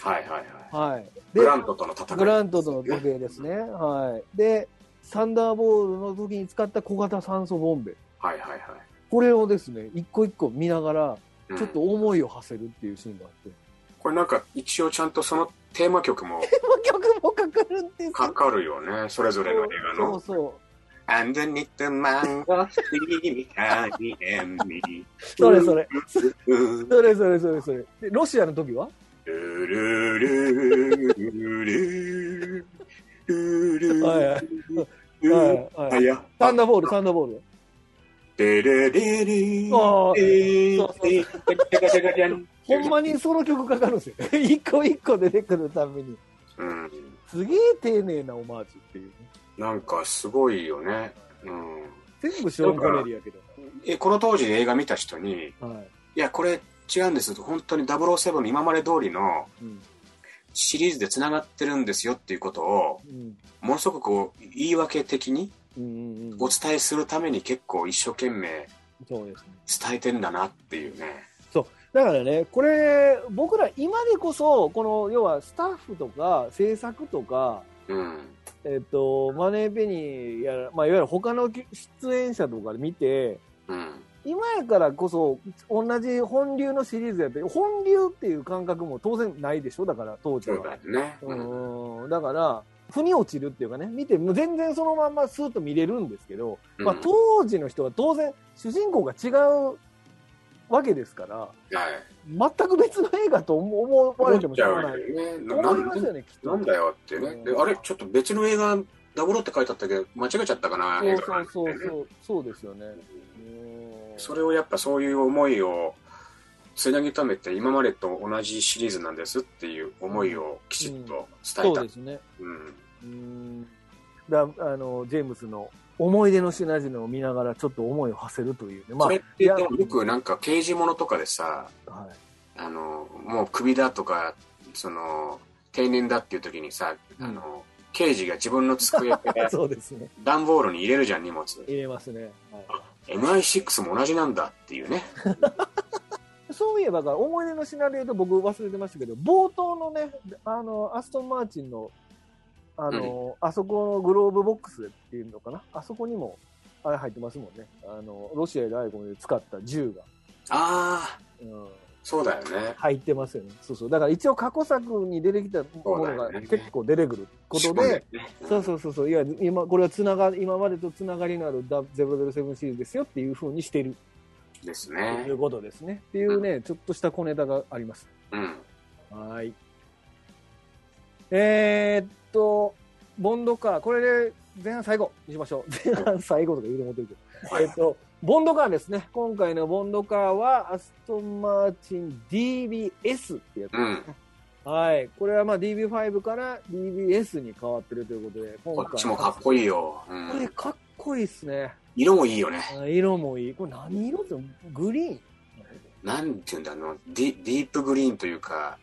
Speaker 2: はいはいはい。
Speaker 1: はい。で
Speaker 2: グラントとの戦い。
Speaker 1: グラントとの時計ですね。はい。で、サンダーボールの時に使った小型酸素ボンベ。
Speaker 2: はいはいはい。
Speaker 1: これをですね、一個一個見ながら、
Speaker 2: うん
Speaker 1: ちょっと思いを馳せるっていうシーンがあって。
Speaker 2: これなんか一応ちゃんとそのテーマ曲も
Speaker 1: 曲もかかるんですよ
Speaker 2: かかるよね。それぞれの映
Speaker 1: そ
Speaker 2: 画の
Speaker 1: う。そう。
Speaker 2: Underneath the mango tree behind me.
Speaker 1: それそれ。
Speaker 2: うん
Speaker 1: それそれそれそれ。で、ロシアの時は
Speaker 2: ルルルルルルル
Speaker 1: はいはい
Speaker 2: ル
Speaker 1: はいはい。
Speaker 2: や
Speaker 1: サンダーボール、サンダーボール。
Speaker 2: デレレリ
Speaker 1: あー
Speaker 2: えー
Speaker 1: そうそう
Speaker 2: えーテカテカテカテン
Speaker 1: ほんまにその曲かかるんですよ。一個一個出てくるために。
Speaker 2: うん
Speaker 1: すげえ丁寧なオマージュっていうね。
Speaker 2: なんかすごいよね。うん
Speaker 1: 全部ショーン・コネリーやけど。
Speaker 2: えこの当時映画見た人に、
Speaker 1: はい。
Speaker 2: いや、これ違うんです。本当に007今まで通りの
Speaker 1: うん。
Speaker 2: シリーズで繋がってるんですよっていうことを、
Speaker 1: うん。
Speaker 2: ものすごくこう言い訳的に
Speaker 1: うんうんうん。
Speaker 2: お伝えするために結構一生懸命
Speaker 1: そうですね。
Speaker 2: 伝えてんだなっていうね。
Speaker 1: だからね、これ、僕ら今でこそ、この、要はスタッフとか、制作とか、
Speaker 2: うん。
Speaker 1: えっと、マネーペニーやら、まあ、いわゆる他の出演者とかで見て、
Speaker 2: うん。
Speaker 1: 今やからこそ、同じ本流のシリーズやって、本流っていう感覚も当然ないでしょだから、当時
Speaker 2: そう
Speaker 1: は
Speaker 2: だ。よね。うん。
Speaker 1: うん、だから、腑に落ちるっていうかね、見て、もう全然そのまんまスーッと見れるんですけど、まあ、
Speaker 2: うん
Speaker 1: 当時の人は当然、主人公が違うわけですから、
Speaker 2: はい。
Speaker 1: 全く別の映画と思思われても
Speaker 2: 思っ
Speaker 1: し
Speaker 2: ち
Speaker 1: ょ
Speaker 2: ゃ
Speaker 1: う
Speaker 2: う
Speaker 1: がない。
Speaker 2: よね。な
Speaker 1: 思いま
Speaker 2: な
Speaker 1: す
Speaker 2: ん
Speaker 1: よね、きっと。
Speaker 2: なんだよっていうね。であれ、ちょっと別の映画、ダブルって書いてあったけど、間違えちゃったかな、
Speaker 1: そ
Speaker 2: 映
Speaker 1: う
Speaker 2: 画
Speaker 1: そ
Speaker 2: な
Speaker 1: うん
Speaker 2: てね
Speaker 1: そうそう、そうですよね。うん
Speaker 2: それをやっぱそういう思いをつなぎ止めて今までと同じシリーズなんですっていう思いをきちっと伝えた、
Speaker 1: そう
Speaker 2: うん
Speaker 1: ですね。
Speaker 2: うん
Speaker 1: うん。だあの、ジェームスの思い出の品々を見ながらちょっと思いを馳せるというね。まあ、
Speaker 2: そ
Speaker 1: は
Speaker 2: れっ
Speaker 1: い。
Speaker 2: て
Speaker 1: いや
Speaker 2: でもよくなんか刑事ものとかでさあのもうクビだとかその定年だっていう時にさ、
Speaker 1: うん
Speaker 2: あの刑事が自分の机から
Speaker 1: そうですね。
Speaker 2: 段ボールに入れるじゃん荷物
Speaker 1: 入れますね。はい
Speaker 2: MI6 も同じなんだっていうね
Speaker 1: そういえば、思い出の品で言うと僕忘れてましたけど、冒頭のね、あの、アストン・マーチンの、あの、あそこのグローブボックスっていうのかな。あそこにも、あれ入ってますもんね。あの、ロシアでアイコンで使った銃が。
Speaker 2: ああ
Speaker 1: うん
Speaker 2: そうだよね
Speaker 1: 入ってますよね。そうそう。だから一応過去作に出てきたものが結構出てくることで、そうそうそうそう。いや、今、これはつなが、今までとつながりのあるダ007シリーズですよっていうふうにしてる
Speaker 2: です
Speaker 1: と
Speaker 2: ね
Speaker 1: いうことですね。っていうね、ちょっとした小ネタがあります。
Speaker 2: うん
Speaker 1: はい。えー、っと、ボンドカー、これで前半最後にしましょう。前 半最後とか言うて思ってるけど。
Speaker 2: はい
Speaker 1: えっと、ボンドカーですね。今回のボンドカーは、アストンマーチン DBS ってやつ。
Speaker 2: うん
Speaker 1: はい。これはまあ DB5 から DBS に変わってるということで、今
Speaker 2: こ
Speaker 1: 回。
Speaker 2: っちもかっこいいよ、う
Speaker 1: これ
Speaker 2: ん、
Speaker 1: かっこいいっすね。
Speaker 2: 色もいいよね
Speaker 1: あ色もいい。これ何色ってグリーン
Speaker 2: なんていうんだろうディディープグリーンというか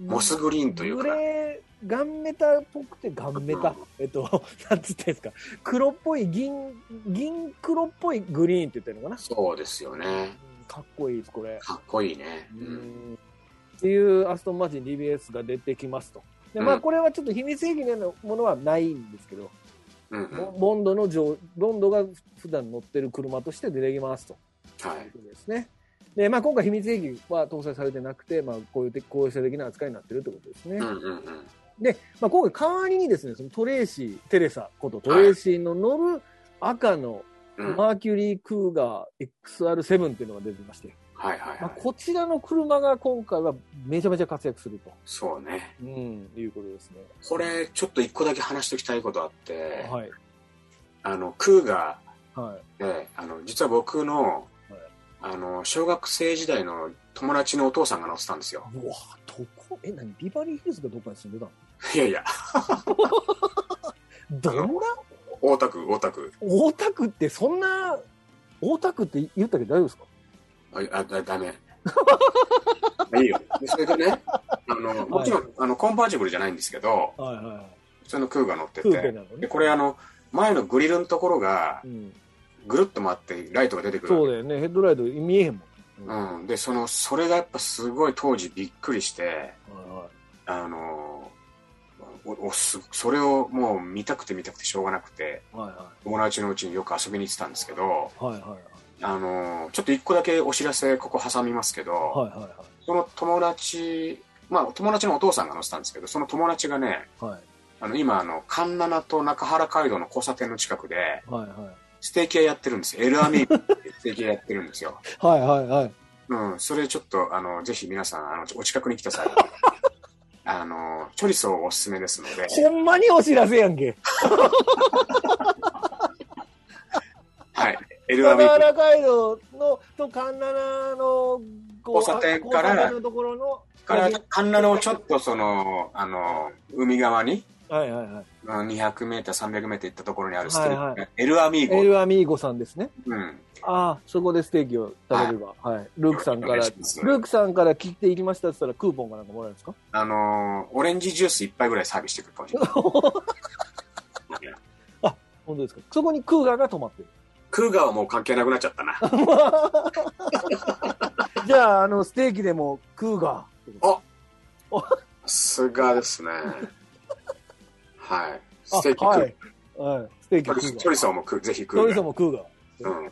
Speaker 1: うん
Speaker 2: モスグリーンという
Speaker 1: グ
Speaker 2: か
Speaker 1: レー、ガンメタっぽくてガンメ
Speaker 2: う
Speaker 1: タ
Speaker 2: ん。
Speaker 1: えっと、 なんつってんですか。黒っぽい、銀、銀黒っぽいグリーンって言ってるのかな。
Speaker 2: そうですよね
Speaker 1: かっこいいです、これ。
Speaker 2: かっこいいね、う、
Speaker 1: うんんっていうアストンマーチン DBS が出てきますと。で、ま
Speaker 2: う
Speaker 1: あ
Speaker 2: ん
Speaker 1: これはちょっと秘密兵器のようなものはないんですけど、
Speaker 2: うんうん
Speaker 1: ボボンドの上、ボンドが普段乗ってる車として出てきますと。
Speaker 2: はい
Speaker 1: ですね。で、まあ、今回、秘密兵器は搭載されてなくて、まあ、こういうて公用性的な扱いになってるってことですね。
Speaker 2: うんうんうん。
Speaker 1: で、まあ、今回、代わりにですねそのトレーシー・テレサことトレーシーの乗る赤の
Speaker 2: うん。はい
Speaker 1: マーキュリー・クーガー XR7 っていうのが出てまして、
Speaker 2: はいはい。
Speaker 1: まあ、こちらの車が今回はめちゃめちゃ活躍すると、
Speaker 2: そうね。
Speaker 1: うん、いうことですね。
Speaker 2: これ、ちょっと一個だけ話しておきたいことあって、
Speaker 1: はい、
Speaker 2: あの、クーガ
Speaker 1: はい、
Speaker 2: ーで、あの、実は僕の、あの、小学生時代の友達のお父さんが乗ってたんですよ。
Speaker 1: うわどこえ何ビバリーヒルズがどっかに住んでた
Speaker 2: いやいや、
Speaker 1: のどんな
Speaker 2: 大田区、大田区。
Speaker 1: 大田区ってそんな大田区って言ったけど大丈夫ですか
Speaker 2: あ、あだダ メ。いいよ。でそれでね、あの、もちろん、あの、コンバージブルじゃないんですけど、
Speaker 1: はいはいはい
Speaker 2: 普通のクーガー乗って
Speaker 1: クーペ
Speaker 2: て、
Speaker 1: なのね
Speaker 2: で、これあの、前のグリルのところが
Speaker 1: う、ん、
Speaker 2: ぐるっと回ってライトが出てくる。
Speaker 1: そうだよねヘッドライト見えへんもん、はい
Speaker 2: うん、でそのそれがやっぱすごい当時びっくりして
Speaker 1: は
Speaker 2: あのおおすそれをもう見たくて見たくてしょうがなくて
Speaker 1: いは
Speaker 2: 友達のうちによく遊びに行ってたんですけど
Speaker 1: いはいはいはい
Speaker 2: あのちょっと一個だけお知らせここ挟みますけど、
Speaker 1: はいは
Speaker 2: その友達まあ友達のお父さんが乗ってたんですけどその友達がね
Speaker 1: いはい
Speaker 2: あの今あの神奈と中原街道の交差点の近くで
Speaker 1: はいは
Speaker 2: ステーキ屋やってるんですよエルアミーゴっていうステーキ屋やってるんですよ
Speaker 1: いはいはいはい
Speaker 2: うん、それちょっと、あの、ぜひ皆さん、あの、お近くに来た 際は、あの、チョリソーおすすめですので、
Speaker 1: ほんまにお知らせやんけ
Speaker 2: はい、エルア
Speaker 1: 小
Speaker 2: ミ
Speaker 1: 田
Speaker 2: ーゴ
Speaker 1: 原街道のと環七のこう
Speaker 2: 交差点から
Speaker 1: 交差点のところの
Speaker 2: から、カンナのちょっとその、あの、海側に、
Speaker 1: はいはいはい
Speaker 2: うん200メーター、300メーター行ったところにあるステーキ、
Speaker 1: はいは
Speaker 2: エルアミ
Speaker 1: エ
Speaker 2: ーゴ。
Speaker 1: ルアミーゴさんですね
Speaker 2: うん。
Speaker 1: ああ、そこでステーキを食べれば、はい。ルークさんか
Speaker 2: お
Speaker 1: ら、
Speaker 2: 願い
Speaker 1: ル
Speaker 2: します
Speaker 1: ークさんから聞いていきましたって言ったら、クーポンかなんかもらえるんです か
Speaker 2: あの、オレンジジュース一杯ぐらいサービスしてくるかもしれない。
Speaker 1: 本当ですかそこにクーガーが泊まってる。
Speaker 2: クーガーはもう関係なくなっちゃっ たな。
Speaker 1: じゃあ、あの、ステーキでもクーガー。
Speaker 2: さすがですね。はい。
Speaker 1: あ
Speaker 2: ステーキクー、
Speaker 1: はい。はい。ステーキク
Speaker 2: チョリ
Speaker 1: ーガー。
Speaker 2: チョリソーもクーぜひク
Speaker 1: チョリ
Speaker 2: ー
Speaker 1: ソー
Speaker 2: ガー。
Speaker 1: もクーガー。
Speaker 2: うん。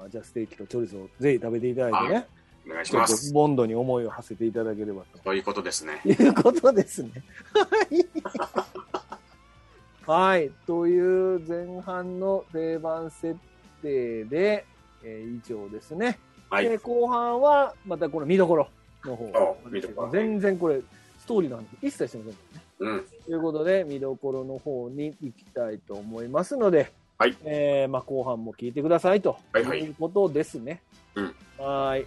Speaker 1: ああ、じゃあステーキとチョリソー、ぜひ食べていただいて
Speaker 2: は
Speaker 1: ね。
Speaker 2: お願いし
Speaker 1: ちょっ
Speaker 2: ま
Speaker 1: と
Speaker 2: す。
Speaker 1: ボンドに思いを馳せていただければ と。
Speaker 2: ということですね。
Speaker 1: いうことですね。はい。はい。という前半の定番設定で、えー以上ですね。
Speaker 2: はい。
Speaker 1: で、後半は、またこの見どころの方。
Speaker 2: あ見どころ
Speaker 1: 全然これ、ストーリーの話一切してません。
Speaker 2: うん。
Speaker 1: ということで、見どころの方に行きたいと思いますので、
Speaker 2: はい
Speaker 1: えーまあ、後半も聞いてくださいと、
Speaker 2: はいはいう
Speaker 1: ことですね。
Speaker 2: うん
Speaker 1: はーい。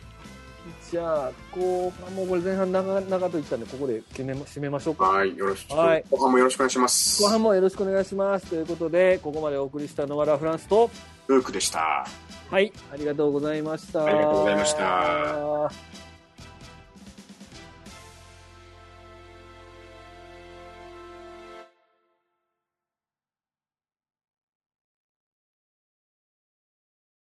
Speaker 1: じゃあ、後半もこれ前半長々と言ったんで、ここで決めま締めましょうか。
Speaker 2: はい。よろしく。
Speaker 1: はい
Speaker 2: 後半もよろしくお願いします。
Speaker 1: 後半もよろしくお願いします。ということで、ここまでお送りしたのはラ・フランスと、
Speaker 2: ルークでした。
Speaker 1: はい、ありがとうございました。
Speaker 2: ありがとうございました。